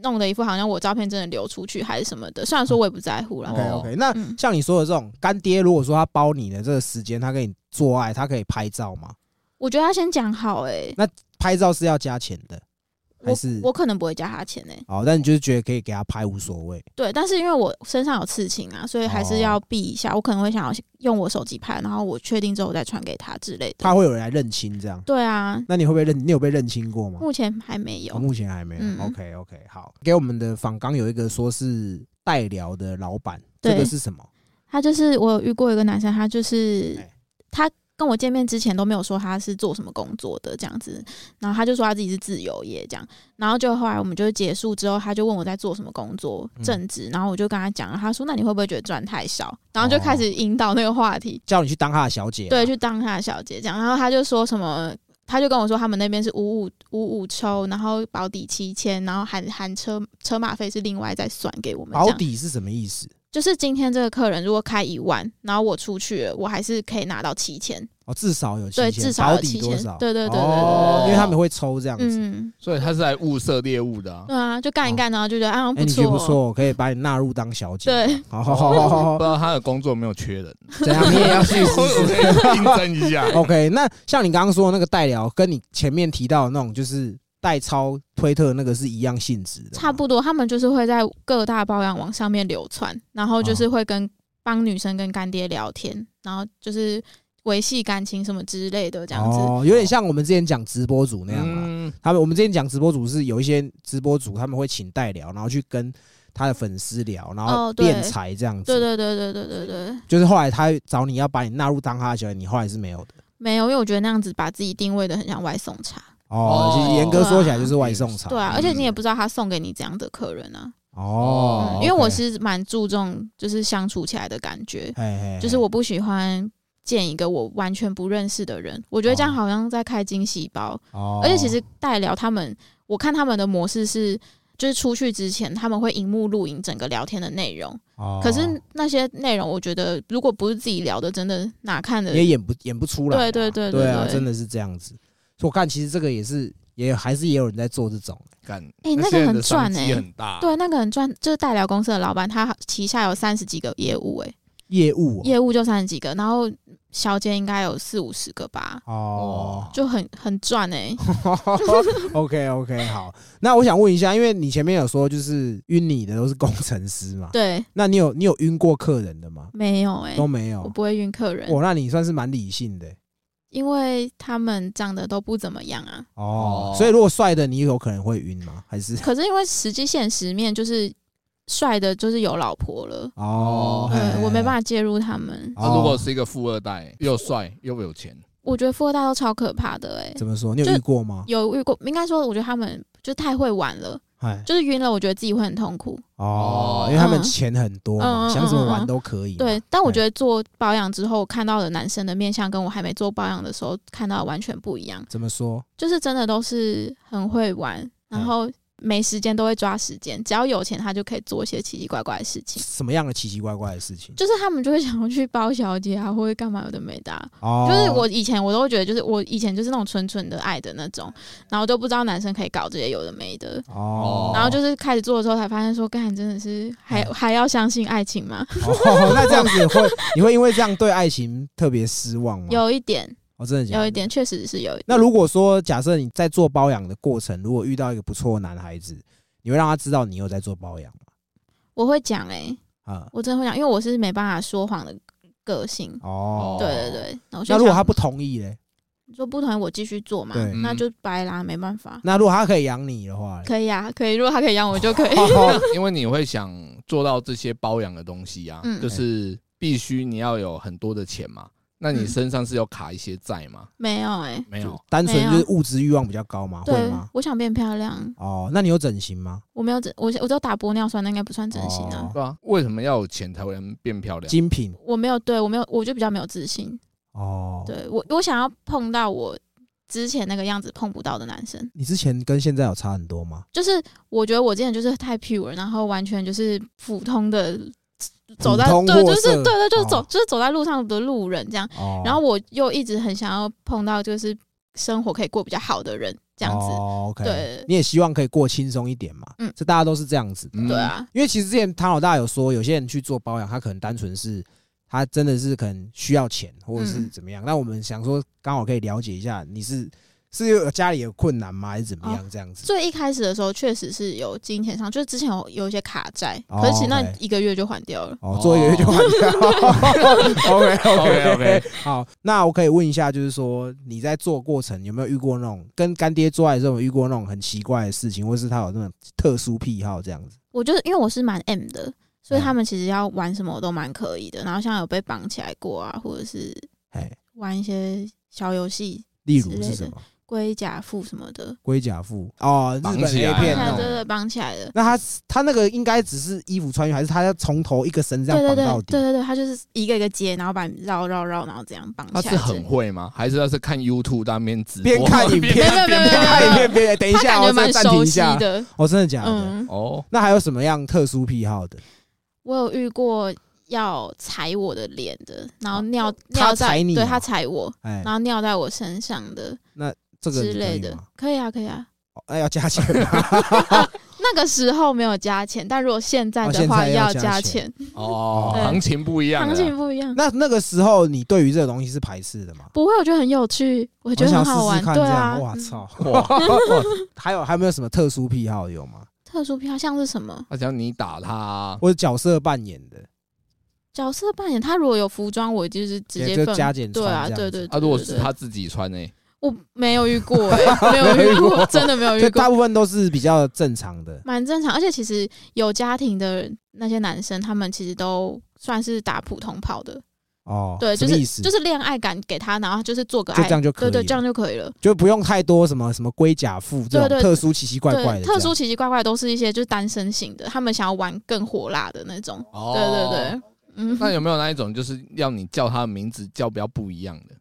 弄得一副好像我照片真的流出去还是什么的。虽然说我也不在乎啦， OK 哦 OK，那嗯像你说的这种干爹，如果说他包你的这个时间，他跟你做爱，他可以拍照吗？我觉得他先讲好哎、欸，拍照是要加钱的，还我是我可能不会加他钱哎、哦？但你就是觉得可以给他拍无所谓对，但是因为我身上有刺青啊，所以还哦是要避一下。我可能会想要用我手机拍，然后我确定之后再传给他之类怕的。会有人来认亲这样。对啊，那你会不会认？你有被认亲过吗？目前还没有哦、。目前还没有。嗯 OK OK，好，给我们的访刚有一个说是代聊的老板，对这个是什么？他就是我有遇过一个男生，他就是哎他跟我见面之前都没有说他是做什么工作的这样子，然后他就说他自己是自由业这样，然后就后来我们就结束之后，他就问我在做什么工作嗯正职，然后我就跟他讲了，他说那你会不会觉得赚太少？然后就哦开始引导那个话题，叫你去当他的小姐啊、对，去当他的小姐这样，然后他就说什么。他就跟我说，他们那边是五五五五抽，然后保底七千，然后含含车车马费是另外再算给我们。这保样。底是什么意思？就是今天这个客人如果开一万，然后我出去了，我还是可以拿到七千。哦，至少有对7000至少有保底多7000少？对对对对哦对对因为他们会抽这样子。哦嗯，所以他是来物色猎物的、啊对，啊，就干一干，然后就觉得啊哎、不你觉得错，不错，我可以把你纳入当小姐。对， (laughs) (laughs) 好好好好好不知好，道他的工作有没有缺人，怎样？你也要去哦试试我可以竞争一下。 OK，那像你刚刚说的那个代聊，跟你前面提到的那种就是代抄推特那个是一样性质的吗，差不多。他们就是会在各大包养网上面流传，然哦后就是会跟帮女生跟干爹聊天，然后就是维系感情什么之类的这样子。哦，有点像我们之前讲直播主那样啊。嗯，他们我们之前讲直播主是有一些直播主他们会请代聊，然后去跟他的粉丝聊，然后哦对敛财这样子。对对对对对对对，就是后来他找你要把你纳入当他的小姐，你后来是没有的。没有，因为我觉得那样子把自己定位的很像外送茶，哦，哦其实严格说起来就是外送茶。对啊，嗯而且你也不知道他送给你怎样的客人啊，哦嗯，因为我是蛮注重就是相处起来的感觉，哎，就是我不喜欢见一个我完全不认识的人，我觉得这样好像在开惊喜包。哦，而且其实代聊他们，我看他们的模式是，就是出去之前他们会荧幕录影整个聊天的内容，哦，可是那些内容我觉得如果不是自己聊的，真的哪看的？也演不演不出来啊，对对对对对啊，对真的是这样子。所以我看其实这个也是也还是也有人在做这种，干，哎那个些人的很赚商机欸很大，对，那个很赚，就是代聊公司的老板，他旗下有三十几个业务、欸，业务哦业务就三十几个，然后小姐应该有四五十个吧，哦。就很很赚哎、 (laughs) (laughs) OK OK，好，那我想问一下，因为你前面有说就是晕你的都是工程师嘛，对，那你有你有晕过客人的吗？没有哎、都没我有。不会晕客人，哦，那你算是蛮理性的欸因为他们长得都不怎么样 (laughs) 啊。哦哦。所以如果帅的，你有可能会晕吗？还是可是因为实际现实面就是帅的，就是有老婆了，哦，对嗯我没办法。法介入他们。那啊如果哦是一个富二代，又帅又有 (laughs) 钱，我觉得富二代都超可怕的哎、怎么说，你有就遇过吗？有遇过，应该说我觉得他们就太会玩了，哎，就是晕了，我觉得自己会很痛苦。哦哦，因为他们嗯钱很多嘛，嗯嗯想怎么嗯嗯玩嗯都可以嘛。对，但我对觉得做保养之后看到的男生的面相，跟我还没做保养的时候看到的完全不一样。怎么说？就是真的都是很会玩，嗯然后没时间都会抓时间，只要有钱他就可以做一些奇奇怪怪的事情。什么样的奇奇怪怪的事情？就是他们就会想要去包小姐啊，或者干嘛有的没的啊、哦，就是我以前我都会觉得，就是我以前就是那种纯纯的爱的那种，然后都不知道男生可以搞这些有的没的。哦，然后就是开始做的时候才发现说，干真的是还嗯还要相信爱情吗？哦， (laughs) 那这样子会你会因为这样对爱情特别失望吗？，有一点，我真的假的有一。点，确实是有一点。那如果说假设你在做包养的过程，如果遇到一个不错的男孩子，你会让他知道你有在做包养吗？我会讲哎、啊，我真的会讲，因为我是没办法说谎的个性。哦，对对对，那我就那如果想他不同意嘞？你说不同意我继续做嘛对，那嗯就掰啦，没办法。那如果他可以养你的话嘞，可以啊，可以。如果他可以养我就可以。哦因为你会想做到这些包养的东西啊，嗯就是必须你要有很多的钱嘛。那嗯你身上是有卡一些债吗？没有哎、没有，单纯就是物质欲望比较高嘛，会对吗？，我想变漂亮。哦，那你有整形吗？我没有整，我我只有打玻尿酸，那应该不算整形啊。哦对啊，为什么要有钱才会能变漂亮？精品我没有，对我没有，我就比较没有自信。哦，对我，我想要碰到我之前那个样子碰不到的男生。你之前跟现在有差很多吗？就是我觉得我之前就是太 pure，然后完全就是普通的走在普通对，货就色是对对，就是走、哦就是走在路上的路人这样。哦，然后我又一直很想要碰到就是生活可以过比较好的人这样子。哦，OK，对你也希望可以过轻松一点嘛，嗯嗯，这大家都是这样子的，嗯对，啊，因为其实之前唐老大有说，有些人去做保养，他可能单纯是他真的是可能需要钱或者是嗯怎么样，那我们想说刚好可以了解一下，你是是有家里有困难吗，还是怎哦么样这样子？最一开始的时候确实是有金钱上，就是之前有有一些卡债，哦可是其实那 OK 一个月就还掉了。哦，做一个月就换掉。OK 哦 OK (laughs) OK，OK 好，那我可以问一下，就是说你在做过程有没有遇过那种跟干爹做爱的时候有遇过那种很奇怪的事情，或是他有那种特殊癖好这样子？我就是因为我是蛮 M 的，所以嗯他们其实要玩什么我都蛮可以的。然后像有被绑起来过啊，或者是哎，玩一些小游戏、例如是什么？龟甲腹什么的，龟甲腹哦，日绑本起 A 来啊绑起片来，那对种。对，绑起来的。那他他那个应该只是衣服穿越，还是他要从头一个绳子这对样对绑对到对底？对对，他就是一个一个接，然后把你绕绕绕，然后这样绑他起是来之类很的。会吗？还是他是看 YouTube 当面直播边看影片边看没有没有 (laughs) 边没有边没有看看影片边等一他下感哦，我觉再蛮暂停熟一悉下。的，哦，真的假的？嗯，哦，那还有什么样特殊癖好的？我有遇过要踩我的脸的，然后哦尿他尿在踩你对哦他踩我，哎然，后尿在我身上的这个之你可类以的吗？，可以啊，可以啊。哦哎，要加钱吗？ (laughs) 那个时候没有加钱，但如果现在哦的现话在要加加钱钱，哦，对行情不一样行啊了啦，情不一样。那那个时候你对于这个东西是排斥的吗？不会，我觉得很有趣，我我觉得想很试好玩试，看这对啊样。。哇嗯操！哇， (laughs) 还有还有没有什么特殊癖好有吗？特殊癖好像是什么他想你打他，或者角色扮演的，角色扮演？他如果有服装，我就是直也接就分加减对穿啊，这样对子对。啊，对如果对是对他自己穿欸呢？我没有遇过， (laughs) 哎，没有遇过，真的没有所遇以过大。部分都是比较正常的。蛮正常，而且其实有家庭的那些男生，他们其实都算是打普通炮的，哦，对，就什么是意思就是恋爱感给他，然后就是做个就爱，这样就可以对对，了这样就可以了。就不用太多什么什么龟甲腹这对种对特殊奇奇怪怪的对，这样，特殊奇奇怪怪都是一些就是单身型的，他们想要玩更火辣的那种。哦对对对，嗯，那有没有那一种就是要你叫他的名字叫比较不一样的？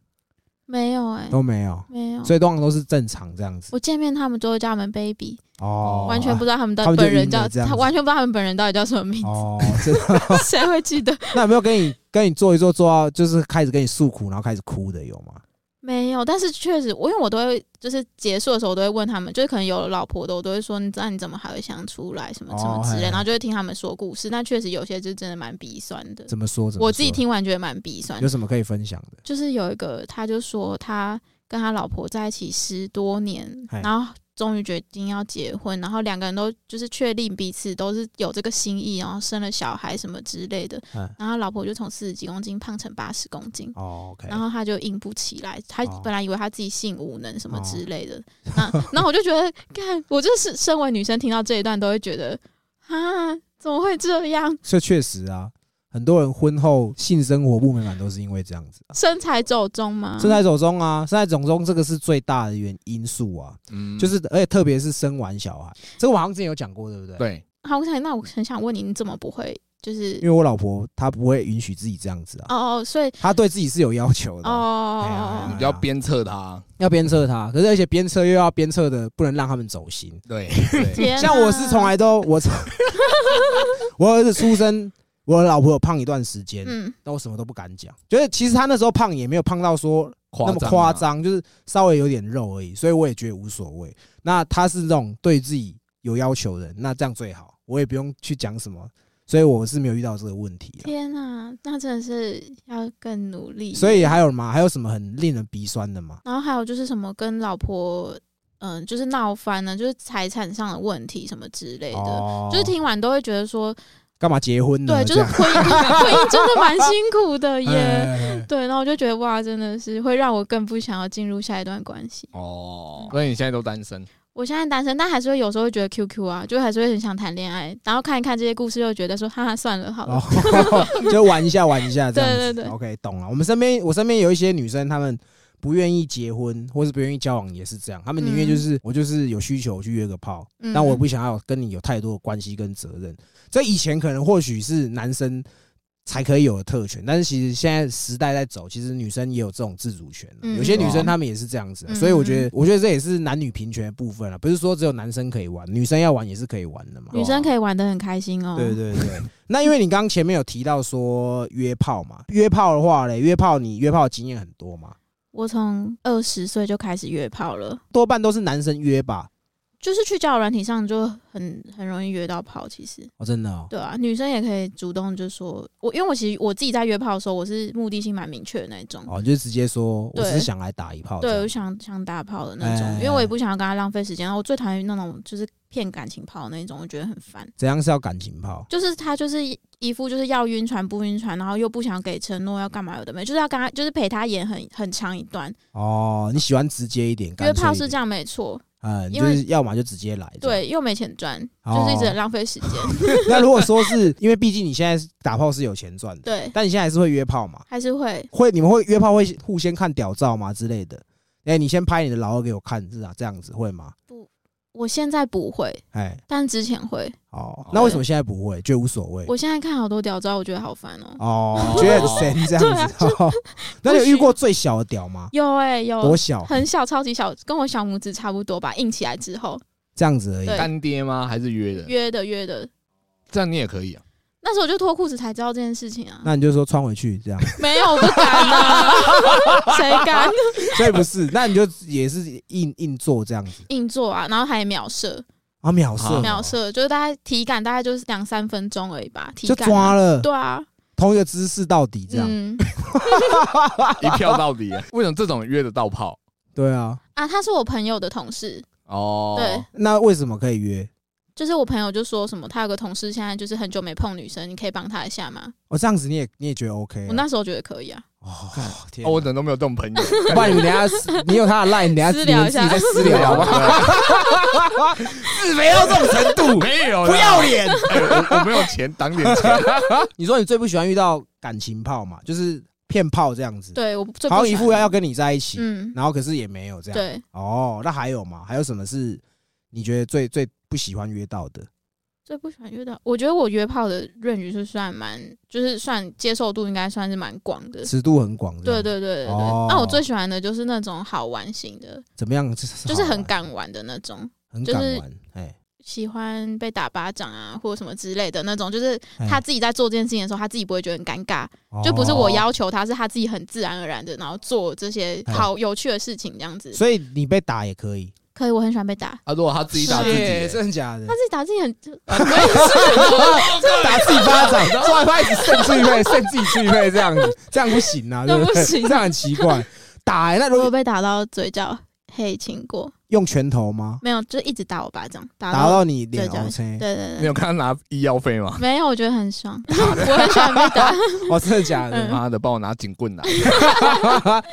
没有哎、都没有，没有。所以通常都是正常这样子我见面他们都会叫他们 baby，、哦，完全不知道他们他的们就本晕人了叫这样他，子完全不知道他们本人到底叫什么名字，哦， (laughs) 这谁会记得？那有没有跟你跟你做一做做到就是开始跟你诉苦，然后开始哭的有吗？没有，但是确实，我因为我都会就是结束的时候，我都会问他们，就是可能有了老婆的，我都会说，你知道你怎么还会想出来什么什么哦之嘿类，嘿然后就会听他们说故事。那确实有些就真的蛮鼻酸的，怎么说？怎么我自己说听完觉得蛮鼻酸的有什么可以分享的？就是有一个，他就说他跟他老婆在一起十多年嗨，然后终于决定要结婚，然后两个人都就是确定彼此都是有这个心意，然后生了小孩什么之类的，嗯然后他老婆就从四十几公斤胖成八十公斤。哦，OK，然后他就硬不起来，他哦本来以为他自己性无能什么之类的，那那我就觉得，看我就是身为女生听到这一段都会觉得，啊，怎么会这样？这确实啊，很多人婚后性生活不美满都是因为这样子啊。身材走中吗？身材走中啊，身材走中这个是最大的原因素啊，嗯，就是而且特别是生完小孩，这个我好像之前有讲过，对不对？，对，好，我想那我很想问你，你怎么不会就是因为我老婆她不会允许自己这样子啊，哦，所以她对自己是有要求的啊，哎呀哎哦呀，你就要鞭策他。要鞭策她，可是而且鞭策又要鞭策的，不能让他们走心。对，对，天哪啊像我是从 (laughs) 来都我我儿子出生，我老婆有胖一段时间，嗯，但我什么都不敢讲，就是其实她那时候胖也没有胖到说那么张啊夸，张，就是稍微有点肉而已，所以我也觉得无所谓。那他是那种对自己有要求的人，那这样最好，我也不用去讲什么，所以我是没有遇到这个问题啊啦。天哪，那真的是要更努力。所以还有吗？还有什么很令人鼻酸的吗？然后还有就是什么跟老婆，嗯、就是闹翻了，就是财产上的问题什么之类的。哦就是听完都会觉得说，干嘛结婚呢？对，就这是样婚姻， (laughs) 婚姻真的蛮辛苦的 (laughs) 耶。哎对，然后我就觉得哇，真的是会让我更不想要进入下一段关系。哦，所以你现在都单身，我现在单身，但还是会有时候会觉得 QQ 啊，就还是会很想谈恋爱，然后看一看这些故事，又觉得说，哈哈，算了，好 (laughs) 了。哦， (laughs) 就玩一下玩一下这样子。对对对 OK，懂了。我们身边我身边有一些女生，她们不愿意结婚，或是不愿意交往，也是这样。她们宁愿就是、我就是有需求我去约个炮，嗯但我不想要跟你有太多的关系跟责任。这以前可能或许是男生才可以有的特权，但是其实现在时代在走，其实女生也有这种自主权啊、嗯有些女对啊生她们也是这样子啊、嗯所以我觉得，我觉得这也是男女平权的部分啊，不是说只有男生可以玩，女生要玩也是可以玩的嘛。女生可以玩的很开心哦。对对对。 (laughs) 那因为你刚刚前面有提到说约炮嘛，约炮的话嘞，约炮你约炮的经验很多嘛，我从二十岁就开始约炮了，多半都是男生约吧？就是去交友软体上就很很容易约到炮。其实，哦，真的哦，对啊，女生也可以主动就说，我因为我其实我自己在约炮的时候，我是目的性蛮明确的那种，哦，你就直接说我对只是想来打一炮这对，样，我想想打炮的那种，哎因为我也不想要跟他浪费时间。然后我最讨厌那种就是骗感情炮的那种，我觉得很烦。怎样是要感情炮？就是他就是一一副就是要晕船不晕船，然后又不想给承诺，要干嘛有的没，就是要跟他就是陪他演很很长一段。哦，你喜欢直接一点，约炮是这样，样没错，嗯，你因就为是要么就直接来，这样。对，又没钱赚，哦就是一直很浪费时间。 (laughs) 那如果说是因为毕竟你现在打炮是有钱赚的，对，但你现在还是会约炮嘛？还是会会你们会约炮会互先看屌照吗之类的？哎，你先拍你的老二给我看，是啊，这样子会吗？我现在不会，哎，但之前会。哦，那为什么现在不会？觉得无所谓。我现在看好多屌照，我觉得好烦哦、哦，哦觉得很神啊这样子。哦那你有遇过最小的屌吗？有哎、有多，小？很小，超级小，跟我小拇指差不多吧，硬起来之后这样子而已。对干爹吗？还是约的？约的约的。这样你也可以啊。那时候我就脱裤子才知道这件事情啊，那你就说穿回去这样， (laughs) (laughs) 没有我不敢啊， (laughs) 谁敢所以不是，那你就也是硬硬做这样子硬做啊？然后还秒射，啊，秒射，啊秒，射就是大概体感大概就是两三分钟而已吧，体就感啊、抓了对啊，同一个姿势到底这样，嗯 (laughs) 一票到底啊。为什么这种约得到炮？对啊，啊，他是我朋友的同事，哦，对，那为什么可以约？就是我朋友就说什么，他有个同事现在就是很久没碰女生，你可以帮他一下吗？哦，这样子你也你也觉得 OK？我那时候觉得可以啊，哦，天哪，哦，我怎么都没有这种 (laughs) 朋友？不然你们等一下你有他的 line，你等一下私你们聊一自下己再私聊 (laughs) 好不好？自肥到这种程度，没有啦，不要脸。哎我我没有钱，挡点钱。你说你最不喜欢遇到感情炮嘛？就是骗炮这样子，对，我不最不好像一喜欢副要要跟你在一起，嗯，然后可是也没有这样。对，哦，那还有吗？还有什么是你觉得最最不喜欢约到的？最不喜欢约到，我觉得我约炮的润语是算蛮，就是算接受度应该算是蛮广的。尺度很广这呃对样，对对对对，哦那我最喜欢的就是那种好玩型的，怎么样？就就是很敢，敢玩的那种，很就敢是玩，哎，喜欢被打巴掌啊或者什么之类的那种，就是哎他自己在做这件事情的时候，他自己不会觉得很尴尬，哦就不是我要求他，是他自己很自然而然的，然后做这些哎好有趣的事情这样子哦。所以你被打也可以，可以，我很喜欢被打， (laughs) 啊，如果他自己打自己是耶，真的假的他？自己打自己很打自己巴掌，抓拍子扇自己背，扇自己自己背这样子，这样不行啊，对那不对？行这样很奇怪。打欸那如我有果被打到嘴角黑青过，用拳头吗？没有，就一直打我巴掌，打打到到你脸对 OK？对对你对，有看他拿医药费吗？没有，我觉得很爽， (laughs) 我很喜欢被打。哦，真的假嗯的？妈的，帮我拿警棍来！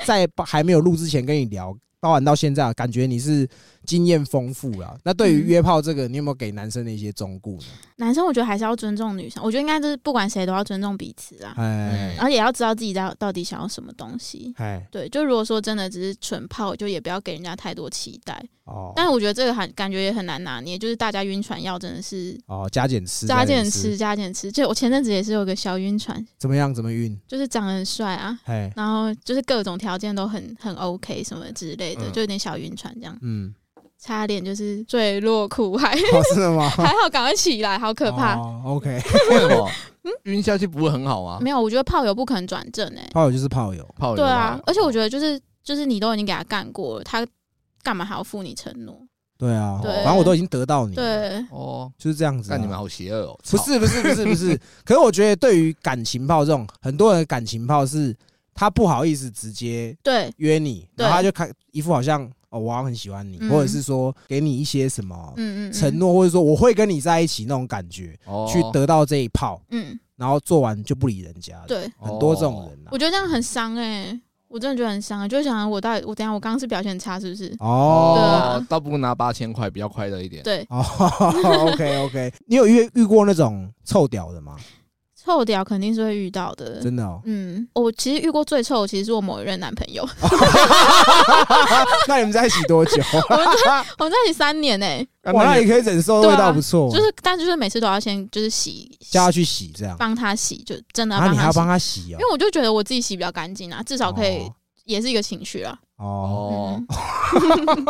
在还没有录之前跟你聊，包含到现在，感觉你是经验丰富了。那对于嗯约炮这个，你有没有给男生的一些忠告呢？男生我觉得还是要尊重女生，我觉得应该就是不管谁都要尊重彼此啊，哎而且也要知道自己到到底想要什么东西。哎对，就如果说真的只是纯泡，就也不要给人家太多期待。哦但我觉得这个很感觉也很难拿捏，就是大家晕船药真的是哦，加减吃，加减吃，吃加减吃。就我前阵子也是有个小晕船，怎么样？怎么晕？就是长得很帅啊，哎，然后就是各种条件都很很 OK 什么之类的，嗯就有点小晕船这样，嗯，差点就是坠落苦海， (laughs) 哦，是的吗？还好赶快起来，好可怕。哦。OK，为什么？晕下去不会很好吗？啊没有，我觉得炮友不可能转正哎、炮友就是炮友，泡友对啊吗，而且我觉得就是就是你都已经给他干过了，他干嘛还要负你承诺？对啊，对反正我都已经得到你，，对，哦，就是这样子啊。但你们好邪恶哦！不是不是不是不 (laughs) 是，可是我觉得对于感情炮这种，很多人的感情炮是他不好意思直接对，约你，对然后他就看一副好像哦，我好像很喜欢你，嗯或者是说给你一些什么嗯嗯，嗯哦承，诺，或者说我会跟你在一起那种感觉，哦去得到这一炮，嗯，然后做完就不理人家。，对，很多这种人啊我。觉得这样很伤哎、我真的觉得很伤、欸，就会想我到底我等一下我刚刚是表现很差是不是？哦对啊哦，倒不如拿八千块比较快乐一点。对， (laughs) 哦，OK OK，你有遇遇过那种臭屌的 (laughs) 吗？臭屌肯定是会遇到的。，真的哦嗯，我其实遇过最臭的，其实是我某一任男朋友， (laughs) 那你们在一起多 (laughs) 久？我们在一起三年哎、哇，啊那你可以忍受的味对道啊不错，就是但就是每次都要先就是洗，叫他去洗这样，帮他洗，就真的然要后帮你还他要洗，帮他洗哦因，为我就觉得我自己洗比较干净啊，至少可以哦也是一个情绪啊。哦，哦嗯，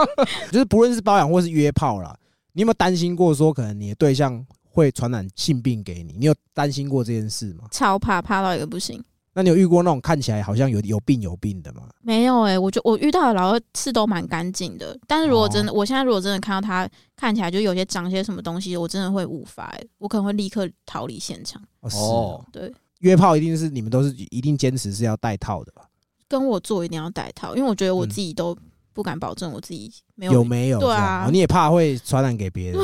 就是不论是包养或是约炮啦，你有没有担心过说可能你的对象会传染性病给你？你有担心过这件事吗？超怕怕到一个不行。那你有遇过那种看起来好像有有病有病的吗？没有哎、我就我遇到的老二是都蛮干净的，但是如果哦真的，我现在如果真的看到他看起来就有些长些什么东西，我真的会无法、欸，我可能会立刻逃离现场。哦，是哦哦，对，约炮一定是你们都是一定坚持是要带套的吧？跟我做一定要戴套，因为我觉得我嗯自己都不敢保证我自己没有。有没有这对样？啊哦你也怕会传染给别人？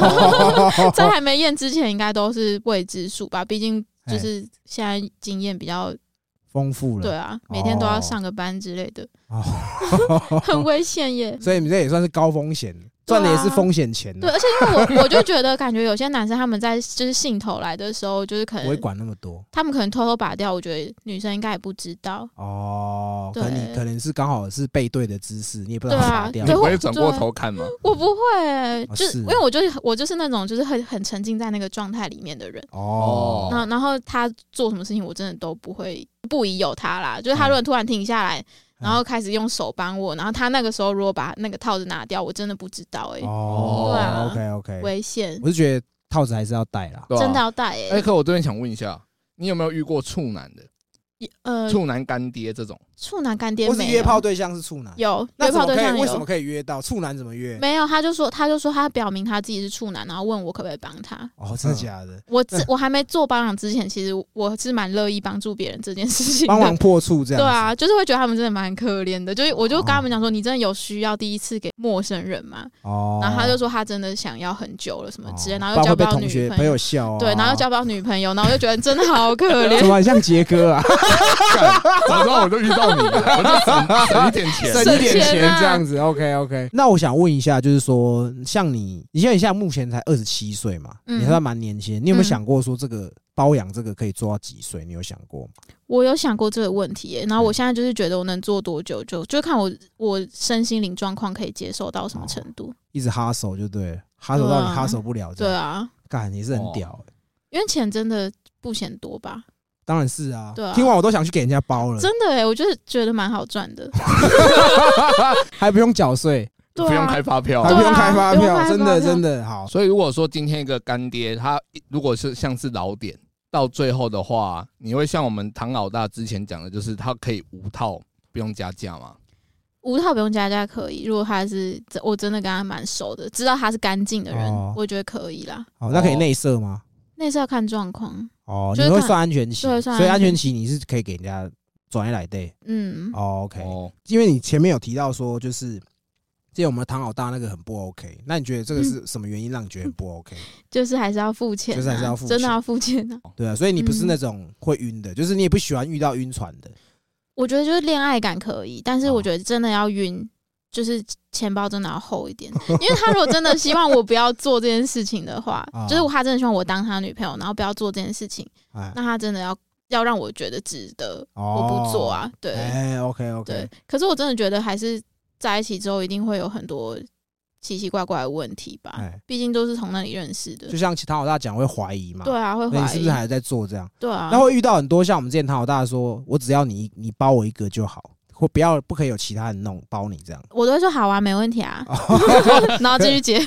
(laughs) 哦在还没验之前，应该都是未知数吧，毕竟就是现在经验比较丰富了，对啊，每天都要上个班之类的，哦， (laughs) 很危险耶。所以你们这也算是高风险，对啊赚的也是风险钱对，啊，而且因为我我就觉得，感觉有些男生他们在就是兴头来的时候，就是可不会能管那么多他们可能偷偷拔掉，我觉得女生应该也不知道。哦。可能你对可能是刚好是背对的姿势，你也不知道对啊拔掉你对不我会转过头看吗？我不会、欸，哦就是因为我就是我就是那种就是很很沉浸在那个状态里面的人。哦。然后然后他做什么事情，我真的都不会不疑有他啦。就是他如果突然停下来，嗯然后开始用手帮我，然后他那个时候如果把那个套子拿掉，我真的不知道哎、欸，对哦啊，OK OK，危险，我是觉得套子还是要戴啦。对啊真的。要戴哎、哎，可我这边想问一下，你有没有遇过处男的？呃，处男干爹这种？处男干爹或是没有啊约炮对象是处男，有那约怎么炮可对象以？有为什么可以约到处男？怎么约？没有，他就说，他就说他表明他自己是处男，然后问我可不可以帮他。哦，真的假的？我自我还没做帮养之前，其实我是蛮乐意帮助别人这件事 (laughs) 情帮忙的。破处这对样？，啊，就是会觉得他们真的蛮可怜的，就是我就跟他们讲说，你真的有需要第一次给陌生人吗？哦，然后他就说他真的想要很久了什么之类，哦然后不然又交会不被到同女学朋朋友友，笑啊。对，然后又交不到女朋友，然后我就觉得真的好可 (laughs) 怜怎。么很像杰哥啊？干早知道我就遇到你了，我就 (laughs) 省省一点钱。省省一点钱钱啊这样子，OK OK。那我想问一下，就是说，像你，你现在现在目前才二十七岁嘛，嗯你还算蛮年轻。你有没有嗯想过说，这个包养这个可以做到几岁？你有想过吗？我有想过这个问题耶、然嗯后我现在就是觉得我能做多久就就看我我身心灵状况可以接受到什哦么程度。一直哈手就对了，哈手到对你啊哈手不了这对样，啊，干也是很屌欸。因为钱真的不嫌多吧？当然是啊对啊，听完我都想去给人家包了，真的哎、我就是觉得蛮好赚 (laughs) 的。还不用缴税，对不用啊开，发票还对啊不用开发不用开票，发真的票真的好。所以如果说今天一个干爹，他如果是像是老点到最后的话，你会像我们唐老大之前讲的，就是他可以无套不用加价嘛？五套不用加价可以。如果他是我真的跟他蛮熟的，知道他是干净的人，哦我觉得可以啦。好，那可以哦内射吗？那是要看状况，哦，就你是会看算安全期，对算所以安安全全期你是可以给人家转移来对。嗯，哦，OK，哦，因为你前面有提到说，就是之前我们唐老大那个很不 OK，那你觉得这嗯个是什么原因让你觉得很不 OK？就是还是要付钱、啊，就是还是要付钱真的要付钱啊。对啊，所以你不是嗯那种会晕的，就是你也不喜欢遇到晕船的。我觉得就是恋爱感可以，但是哦我觉得真的要晕，就是钱包真的要厚一 (laughs) 点。因为他如果真的希望我不要做这件事情 (laughs) 的话啊，就是他真的希望我当他女朋友，然后不要做这件事情，哎，那他真的要要让我觉得值得，我哦，不做。啊。对哎，OK 对 OK，，可是我真的觉得还是在一起之后一定会有很多奇奇怪怪的问题吧，哎，毕竟都是从那里认识的就。像唐老大讲会怀疑嘛，对啊，会那你怀是不疑是，还在做这样？对啊那，会遇到很多像我们之前唐老大说，我只要你你包我一个就好，或不要不可以有其他人弄包你这样。我都会说好啊，没问题啊，哦 (laughs) 然后继续接。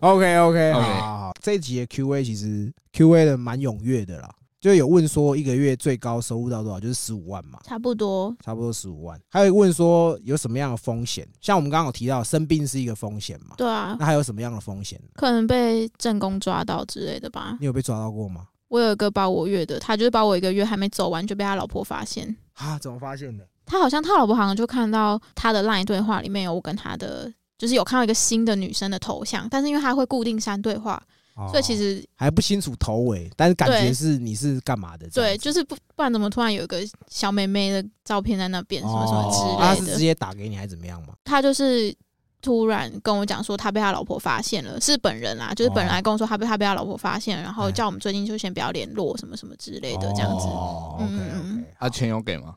OK OK， OK 好好好，这一集的 Q&A 其实 Q&A 的蛮踊跃的啦，就有问说一个月最高收入到多少，就是十五万嘛，差不多，差不多十五万。还有一个问说有什么样的风险，像我们刚刚有提到生病是一个风险嘛，对啊，那还有什么样的风险？可能被正宫抓到之类的吧。你有被抓到过吗？我有一个包我月的，他就是包我一个月还没走完就被他老婆发现。啊，怎么发现的？他好像他老婆好像就看到他的 LINE 对话里面有我跟他的，就是有看到一个新的女生的头像，但是因为他会固定删对话，哦所以其实还不清楚头尾，但是感觉对是你是干嘛的这对，样子？就是不不然怎么突然有一个小妹妹的照片在那边什么什哦么啊他之是类的，直接打给你还是怎么样嘛？他就是突然跟我讲说他被他老婆发现了，是本人啦，就是本人来跟我说他被他被他老婆发现，然后哦哎叫我们最近就先不要联络什么什么之类的这样子。哦嗯嗯 OK 嗯 OK，啊，钱有给吗？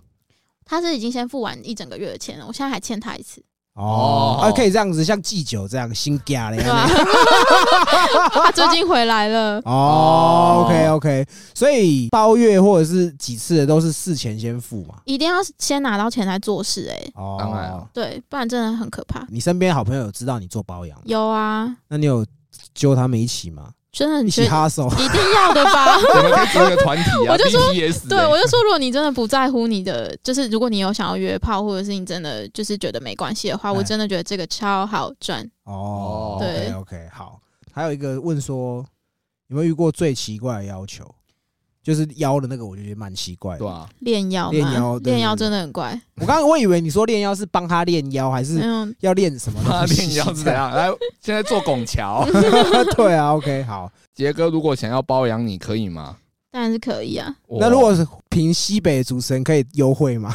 他是已经先付完一整个月的钱了，我现在还欠他一 (laughs) 次，哦哦，啊，可以这样子，像祭酒这样，新加的对 (laughs) 吧、他最近回来了，哦哦，OK OK，所以包月或者是几次的都是事前先付嘛。一定要先拿到钱来做事、欸，哦，当然啊对，不然真的很可怕。你身边好朋友有知道你做包养吗，有啊，那你有揪他们一起吗？真的很一觉起得哈哦手，一定要的吧？你们可以组一个团体 (laughs) 啊我就说，BTS 对，欸我就说，如果你真的不在乎你的，就是如果你有想要约炮，或者是你真的就是觉得没关系的话，哎我真的觉得这个超好赚。哦，对 o k OK，好。还有一个问说，有没有遇过最奇怪的要求？就是腰的那个，我就觉得蛮奇怪的。对啊，练腰嘛，练腰对练腰对对真的很怪。我刚刚我以为你说练腰是帮他练腰，还是嗯，要练什么他东西？练腰是怎样？来，现在做拱桥。 (laughs) 对啊，OK，好。杰哥如果想要包养你，可以吗？当然是可以啊。我那如果是凭西北主持人可以优惠吗？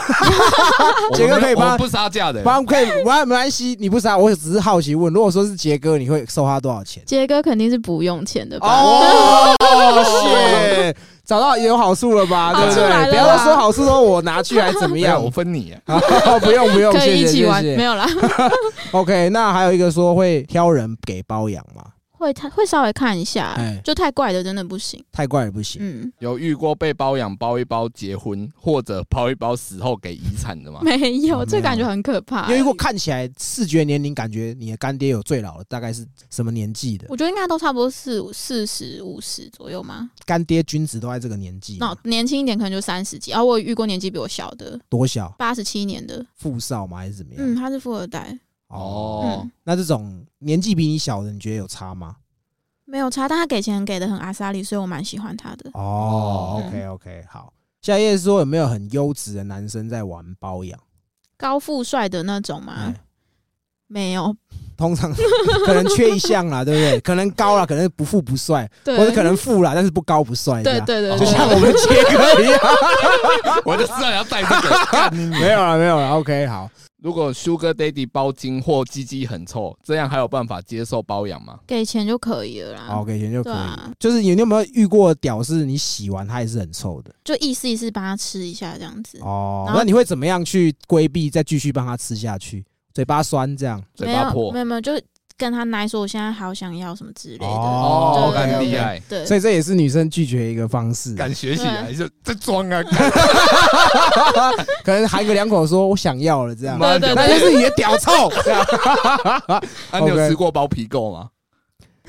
我杰哥没有可以帮我不杀价的欸，不然可以，不然没关系，你不是啊，我只是好奇问，如果说是杰哥，你会收他多少钱？杰哥肯定是不用钱的吧？哦，谢，找到也有好处了吧？好对不处哦来对？了不要说好处说我拿去还是怎么没有样我，分你欸。 (laughs) 好不用不用，可以谢一谢起谢玩，没谢。(laughs) 有啦， OK，那还有一个说会挑人给包养嘛，会他会稍微看一下哎，就太怪的真的不行。太怪也不行。嗯，有遇过被包养包一包结婚，或者包一包死后给遗产的吗？没哦有，没有这感觉很可怕。欸因为如果看起来视觉年龄，感觉你的干爹有最老的大概是什么年纪的？我觉得应该都差不多四五四十五十左右嘛，干爹均值都在这个年纪嘛，那年轻一点可能就三十几。啊，我有遇过年纪比我小的，多小八十七年的，富少吗？还是怎么嗯，样？他是富二代，啊哦，哦 (laughs) 嗯，那这种年纪比你小的，你觉得有差吗？没有差，但他给钱给的很阿莎莉，所以我蛮喜欢他的。哦嗯，OK OK，好。下一页说有没有很优质的男生在玩包养？高富帅的那种嘛，哎没有，通常 (laughs) 可能缺一项啦，对不对？可能高啦，可能不富不帅，对，或者可能富啦，但是不高不帅，对这样对就对，对像我们杰哥一样。我就知道你要带这个。干你嗯没有了，没有了。OK，好。如果 Sugar Daddy 包金或鸡鸡很臭，这样还有办法接受包养吗？ (laughs) 给钱就可以了啦。好，给钱就可对以。啊，就是你有没有遇过屌是你洗完它也是很臭的就意思意思帮他吃一下这样子。哦？然后那你会怎么样去规避，再继续帮它吃下去？嘴巴酸这样嘴没巴有破没有没有，就跟他奶说我现在好想要什么之类的。哦对对干对厉害，对，所以这也是女生拒绝一个方式。啊敢学起对来就在装啊！可能含个两口说我想要了这样，妈对对的那对，就是你的屌臭。 (laughs) 这样啊，你有 OK 吃过包皮垢吗？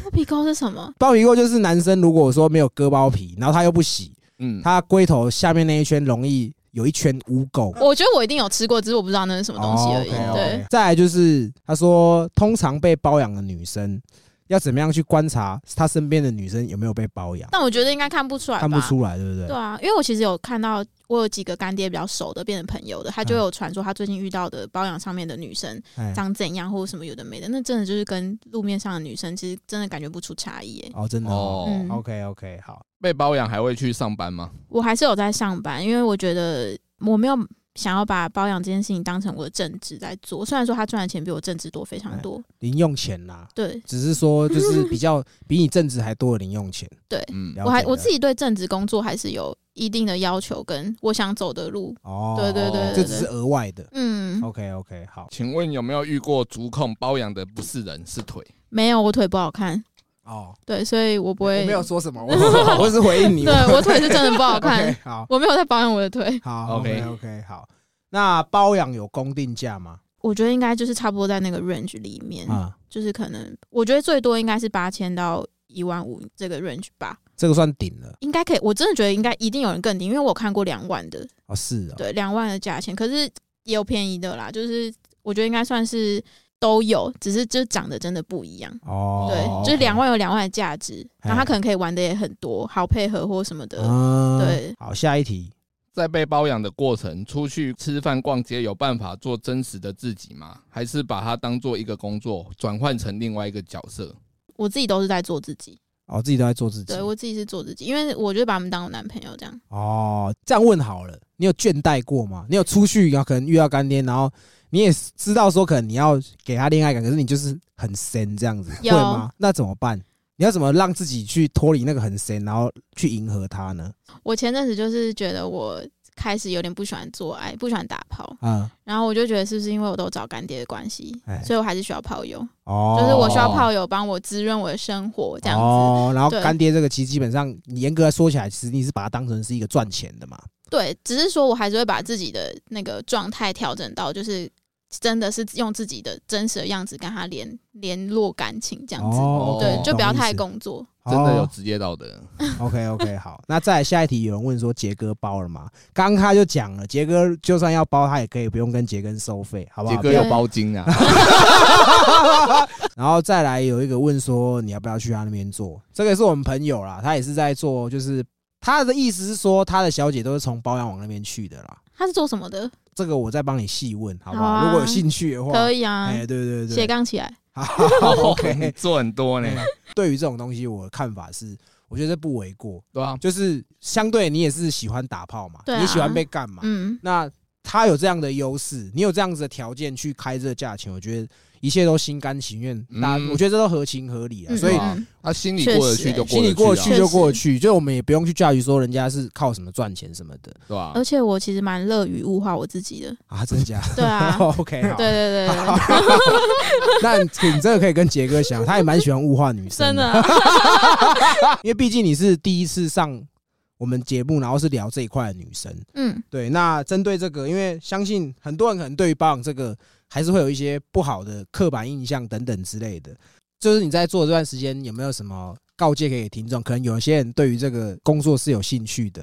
剥皮膏是什么？包皮垢就是男生如果说没有割包皮，然后他又不洗，嗯，他龟头下面那一圈容易有一圈污垢。我觉得我一定有吃过，只是我不知道那是什么嗯东西而已。哦，OK，OK 对，再来就是他说，通常被包养的女生要怎么样去观察她身边的女生有没有被包养？但我觉得应该看不出来吧？看不出来，对不对？对啊，因为我其实有看到，我有几个干爹比较熟的变成朋友的，他嗯就有传说他最近遇到的包养上面的女生哎长怎样，或者什么有的没的，那真的就是跟路面上的女生其实真的感觉不出差异耶。哦，真的哦。哦嗯， OK OK，好，被包养还会去上班吗？我还是有在上班，因为我觉得我没有想要把包养这件事情当成我的正职在做，虽然说他赚的钱比我正职多非常多，零用钱啦，对只是说就是比较比你正职还多的零用钱。嗯了，解我还了我自己对正职工作还是有一定的要求，跟我想走的路，哦，对对对这对只对是额外的。嗯， OK OK，好。请问有没有遇过足控包养的不是人是腿？没有我腿不好看，哦，对，所以我不我会没有说 (laughs) 什么，我 (laughs) 我只是回应你。对我腿是真的 (laughs) 不好看 OK，好， (laughs) 我没有在保养我的腿，好 OK ，OK OK，好。那包养有公定价吗？我觉得应该就是差不多在那个 range 里面，啊，就是可能我觉得最多应该是八千到一万五这个 range 吧，这个算顶了应该可以，我真的觉得应该一定有人更低，因为我看过两万的，哦，是哦。对，两万的价钱，可是也有便宜的啦，就是我觉得应该算是都有，只是就长得真的不一样。哦，对， OK 就是两万有两万的价值，然哎后他可能可以玩的也很多，好配合或什么的。啊对好，下一题。在被包养的过程，出去吃饭、逛街，有办法做真实的自己吗？还是把它当做一个工作，转换成另外一个角色？我自己都是在做自己，哦，自己都在做自己对。我自己是做自己，因为我就把他们当我男朋友这样。哦，这样问好了，你有倦怠过吗？你有出去，然后可能遇到干爹，然后你也知道说可能你要给他恋爱感，可是你就是很深这样子，会有吗？那怎么办？你要怎么让自己去脱离那个很深，然后去迎合他呢？我前阵子就是觉得我开始有点不喜欢做爱，不喜欢打炮，啊、然后我就觉得是不是因为我都找干爹的关系哎，所以我还是需要炮友，哦，就是我需要炮友帮我滋润我的生活这样子。哦，然后对干爹这个其实基本上你严格来说起来，其实你是把它当成是一个赚钱的嘛。对，只是说我还是会把自己的那个状态调整到就是。真的是用自己的真实的样子跟他联联络感情这样子，哦，对，就不要太公。工作。哦真的有职业道德？ OK OK，好， (laughs) 那再来下一题，有人问说杰哥包了吗？刚刚他就讲了，杰哥就算要包，他也可以不用跟杰哥收费，好不杰好？哥有包金啊！然后再来有一个问说你要不要去他那边做，这个也是我们朋友啦，他也是在做，就是他的意思是说他的小姐都是从包养网那边去的啦，他是做什么的？这个我再帮你细问好不好好？啊如果有兴趣的话，可以啊，哎，对对斜对，杠起来。好 (laughs) OK。做很多呢，对于这种东西，我的看法是，我觉得不为过，对啊，就是相对你也是喜欢打炮嘛，对啊你喜欢被干嘛，嗯，那他有这样的优势，你有这样子的条件去开这个价钱，我觉得一切都心甘情愿。嗯大家，我觉得这都合情合理啊。嗯所以对啊他心里过得去就心里过过得得去去啊，就过得去，就我们也不用去驾驭说人家是靠什么赚钱什么的对吧而？且我其实蛮乐于物化我自 (laughs) 己的。啊，真假？对啊 (laughs) ，OK，好。对对对对对。那你这个可以跟杰哥想，他也蛮喜欢物化女生真的的，啊、因为毕竟你是第一次上我们节目，然后是聊这一块的女生。 (laughs) 嗯，对，那针对这个，因为相信很多人可能对于包养这个还是会有一些不好的刻板印象等等之类的。就是你在做的这段时间，有没有什么告诫可以给听众？可能有一些人对于这个工作是有兴趣的，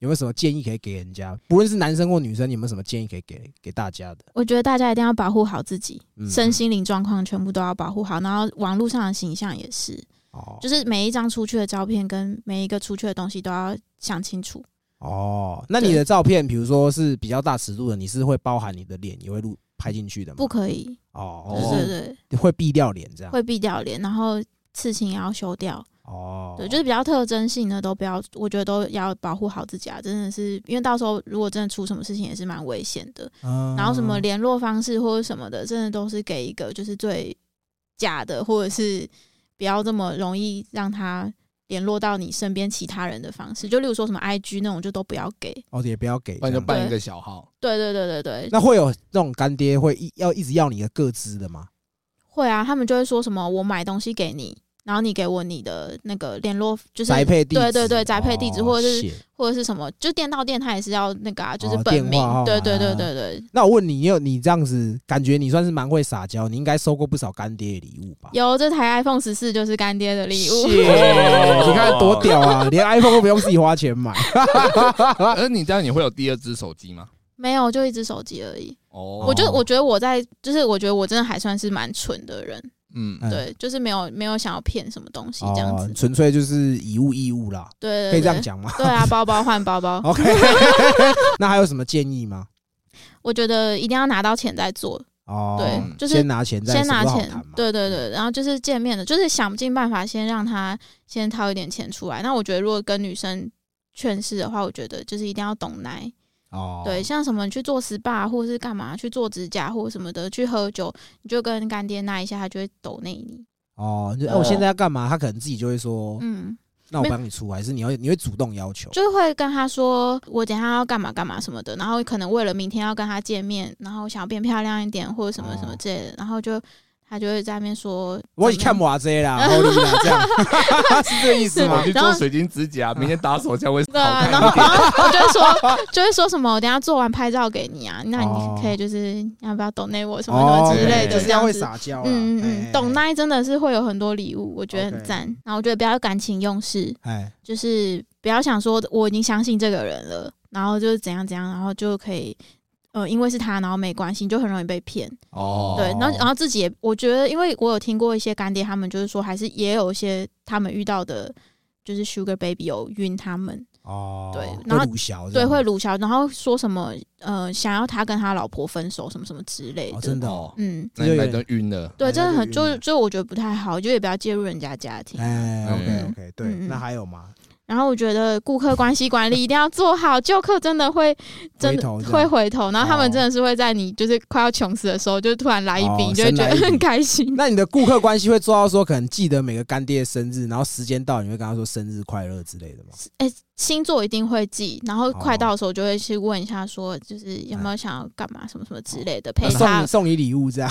有没有什么建议可以给人家？不论是男生或女生，有没有什么建议可以给给大家的？我觉得大家一定要保护好自己，嗯身心灵状况全部都要保护好，然后网络上的形象也是，哦就是每一张出去的照片跟每一个出去的东西都要想清楚。哦，那你的照片，比如说是比较大尺度的，你是会包含你的脸，也会录拍进去的吗？不可以，哦，对就对是对，会避掉脸这样。会避掉脸，然后刺青也要修掉，哦，对，就是比较特征性的都不要，我觉得都要保护好自己啊！真的是，因为到时候如果真的出什么事情，也是蛮危险的。嗯然后什么联络方式或者什么的，真的都是给一个就是最假的，或者是不要这么容易让他联络到你身边其他人的方式。就例如说什么 IG 那种，就都不要给。哦也不要给不然这就样，办一个小号，对对对对对，那会有那种干爹会一要一直要你的个资的吗？会啊，他们就会说什么我买东西给你，然后你给我你的那个联络，就是宅配地址，对对对宅配地址哦或者是 shit 或者是什么，就店到店他也是要那个啊，就是哦本电名。话号对码对对啊对对，那我问你，你有你这样子，感觉你算是蛮会撒娇，你应该收过不少干爹的礼物 (laughs) 吧？有这台 iPhone 十四就是干爹的礼物。 (laughs) Shit，你看多屌啊！连 iPhone 都不用自己花 (laughs) 钱买，啊而你这样你会有第二只手机吗？ (laughs) 没有，就一只手机而已。哦，我就我觉得我在，就是我觉得我真的还算是蛮蠢的人，嗯，嗯对，就是没有没有想要骗什么东西这样子哦，纯粹就是以物易物啦，对对对，可以这样讲吗哦对啊，包包换包 (laughs) 包， (laughs) ？OK，那还有什么建议吗？我觉得一定要拿到钱再做，哦，对，就是先拿钱再先拿什么钱都好谈嘛，嗯对对对，然后就是见面的，就是想尽办法先让他先掏一点钱出来。那我觉得如果跟女生劝世的话，我觉得就是一定要懂奶，哦，对，像什么你去做 SPA 或者是干嘛去做指甲或什么的，去喝酒，你就跟干爹那一下，他就会抖内你。哦，就哎哦我现在要干嘛？他可能自己就会说，嗯，那我没有帮你出，还是你要你会主动要求？就会跟他说我等一下要干嘛干嘛什么的，然后可能为了明天要跟他见面，然后想要变漂亮一点或者什么什么哦之类的，然后就他就会在那边说，我已经看我这嗯啦，好你啦，这 (laughs) 样是这个意思我吗？去然做后水晶指甲，明天打手枪会好对啊，看然一后点。然后我就会说，就会说什么，我等一下做完拍照给你啊，(laughs) 那哦你可以就是要不要懂内我什么什么之类哎就的是这要样会子。撒娇啦，嗯嗯哎嗯，懂。哎那真的是会有很多礼物，我觉得很 OK 赞。然后我觉得不要感情用事，哎，就是不要想说我已经相信这个人了，然后就是怎样怎样，然后就可以呃，因为是他，然后没关系，你就很容易被骗。哦对，然后然后自己也，我觉得，因为我有听过一些干爹，他们就是说，还是也有一些他们遇到的，就是 Sugar Baby 有晕他们，哦，对会然后鲁小这对，样会鲁小，然后说什么呃，想要他跟他老婆分手什么什么之类的，哦真的哦嗯，那你来就晕了。对，哎真的那就很，就晕了就我觉得不太好，就也不要介入人家家庭。哎，OK 嗯 OK，对，嗯嗯那还有吗？然后我觉得顾客关系管理一定要做好，旧客真的会真回的头这样会回头，然后他哦们真的是会在你就是快要穷死的时候，就突然来一笔，哦你就会先觉来得一笔很开心。 (laughs) 那你的顾客关系会做到说，可能记得每个干爹的生日，然后时间到，你会跟他说生日快乐之类的吗？星座一定会记，然后哦快哎到的时候就会去问一下，说就是有没有想要干嘛什么什么哦之类的，陪那送他你送你礼物这样，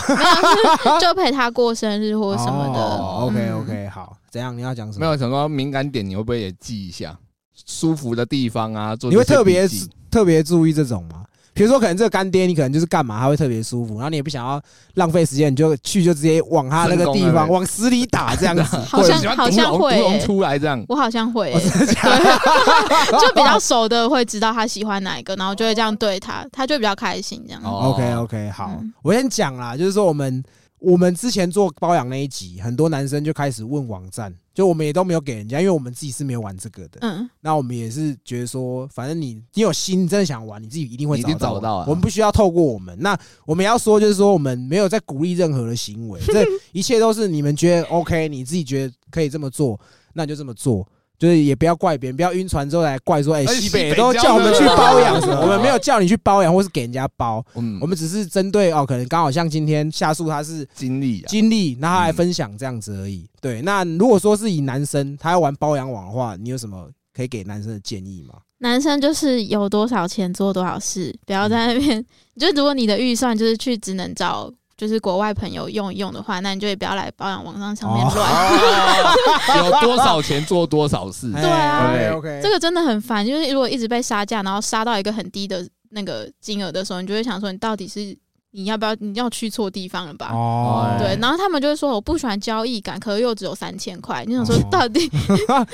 (laughs) 就陪他过生日或者什么的。哦，OK 嗯 OK，好，怎样？你要讲什没么？有想说敏感点，你会不会也记一下舒服的地方啊？做你会这些特别笔记特别注意这种吗？比如说，可能这个干爹你可能就是干嘛，他会特别舒服，然后你也不想要浪费时间，你就去就直接往他那个地成功了哦方没往死里打这样 (laughs) 子，好像喜欢好毒像龙会毒龙欸出来这样。我好像哦会欸、对， (laughs) 就比 (laughs) 较熟的会知道他喜欢哪一个，然后就会这样对他，他就比较开心这样。哦 OK OK，好，嗯我先讲啦，就是说我们我们之前做包养那一集，很多男生就开始问网站，就我们也都没有给人家，因为我们自己是没有玩这个的。嗯，那我们也是觉得说，反正你你有心，你真的想玩，你自己一定会你一定到找到啊我们不需要透过我们。那我们要说就是说，我们没有在鼓励任何的行为，这一切都是你们觉得 OK，你自己觉得可以这么做，那你就这么做。就是也不要怪别人，不要晕船之后来怪说，哎、哎西西北北都教叫我们的去包养什么， (laughs) 哦我们没有叫你去包养，或是给人家包。嗯，我们只是针对哦，可能刚好像今天夏树他是 (laughs) 经历啊，经历，那他来分享这样子而已。对，那如果说是以男生他要玩包养网的话，你有什么可以给男生的建议吗？男生就是有多少钱做多少事，不要在那嗯边。 (laughs) 就如果你的预算就是去只能找就是国外朋友用一用的话，那你就也不要来保养网上上面哦乱。有多少钱做多少事。对啊哎对，OK，这个真的很烦，就是如果一直被杀价，然后杀到一个很低的那个金额的时候，你就会想说，你到底是你要不要你要去错地方了吧？哦，对，然后他们就会说我不喜欢交易感，可是又只有三千块，你想说哦 (laughs) 到底、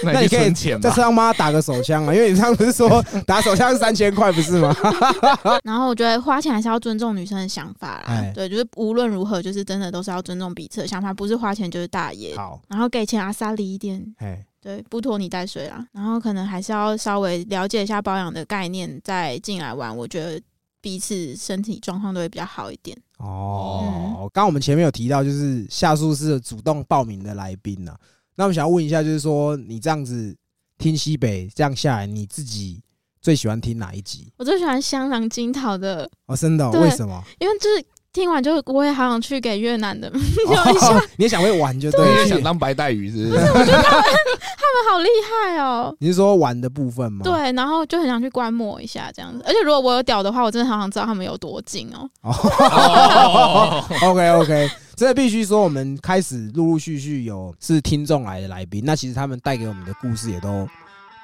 那你可以存钱在吧车。上帮他打个手枪啊，因为你上次说打手枪三千块不是 (laughs) 吗？ (laughs) 然后我觉得花钱还是要尊重女生的想法哎啦，对，就是无论如何，就是真的都是要尊重彼此的想法，不是花钱就是大爷。好，然后给钱阿萨里一点，哎，对，不拖泥带水啦。然后可能还是要稍微了解一下保养的概念，再进来玩，我觉得彼此身体状况都会比较好一点。嗯哦，刚刚我们前面有提到，就是夏树是主动报名的来宾呐、那我想要问一下，就是说你这样子听西北这样下来，你自己最喜欢听哪一集？我最喜欢香囊金桃的，哦，真的哦、对为什么？因为就是听完就我也好想去给越南的， (laughs) 他哦、 (laughs) 你也想会玩就对你了也想当白带鱼 (laughs) 是不是？哦们好厉害哦。你是说玩的部分吗？对，然后就很想去观摩一下这样子，而且如果我有屌的话，我真的好想知道他们有多近哦。 (laughs) 哦，OK OK，真的必须说，我们开始陆陆续续有是听众来的来宾，那其实他们带给我们的故事也都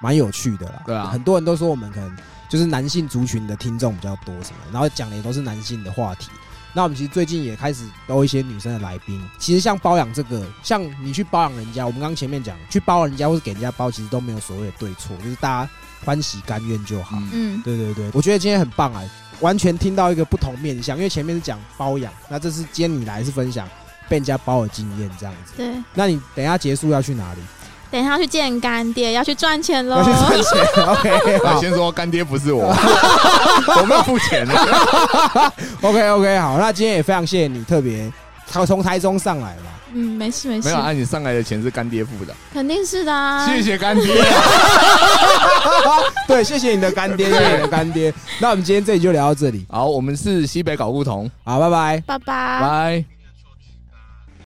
蛮有趣的啦。对啊很多人都说我们可能就是男性族群的听众比较多什么的，然后讲的也都是男性的话题。那我们其实最近也开始有一些女生的来宾，其实像包养这个，像你去包养人家，我们刚前面讲去包养人家或是给人家包，其实都没有所谓的对错，就是大家欢喜甘愿就好。嗯嗯，对对对，我觉得今天很棒啊，完全听到一个不同面向，因为前面是讲包养，那这是今天你来是分享被人家包的经验这样子。对，那你等一下结束要去哪里？等一下要去见干爹，要去赚钱喽要。去赚钱。OK， (laughs) 我好先说干爹不 (laughs) 是我，我没有付钱啊。 ，OK OK，好，那今天也非常谢谢你特别他从台中上来嘛。 (laughs) 嗯，没事没没事有，啊，你上来的钱是干爹付的，肯定是的啊。谢谢干爹。对，谢谢你的干爹，谢谢你的干爹。那我们今天这里就聊到这里，好，我们是西北搞不同，好，拜拜。拜拜。拜。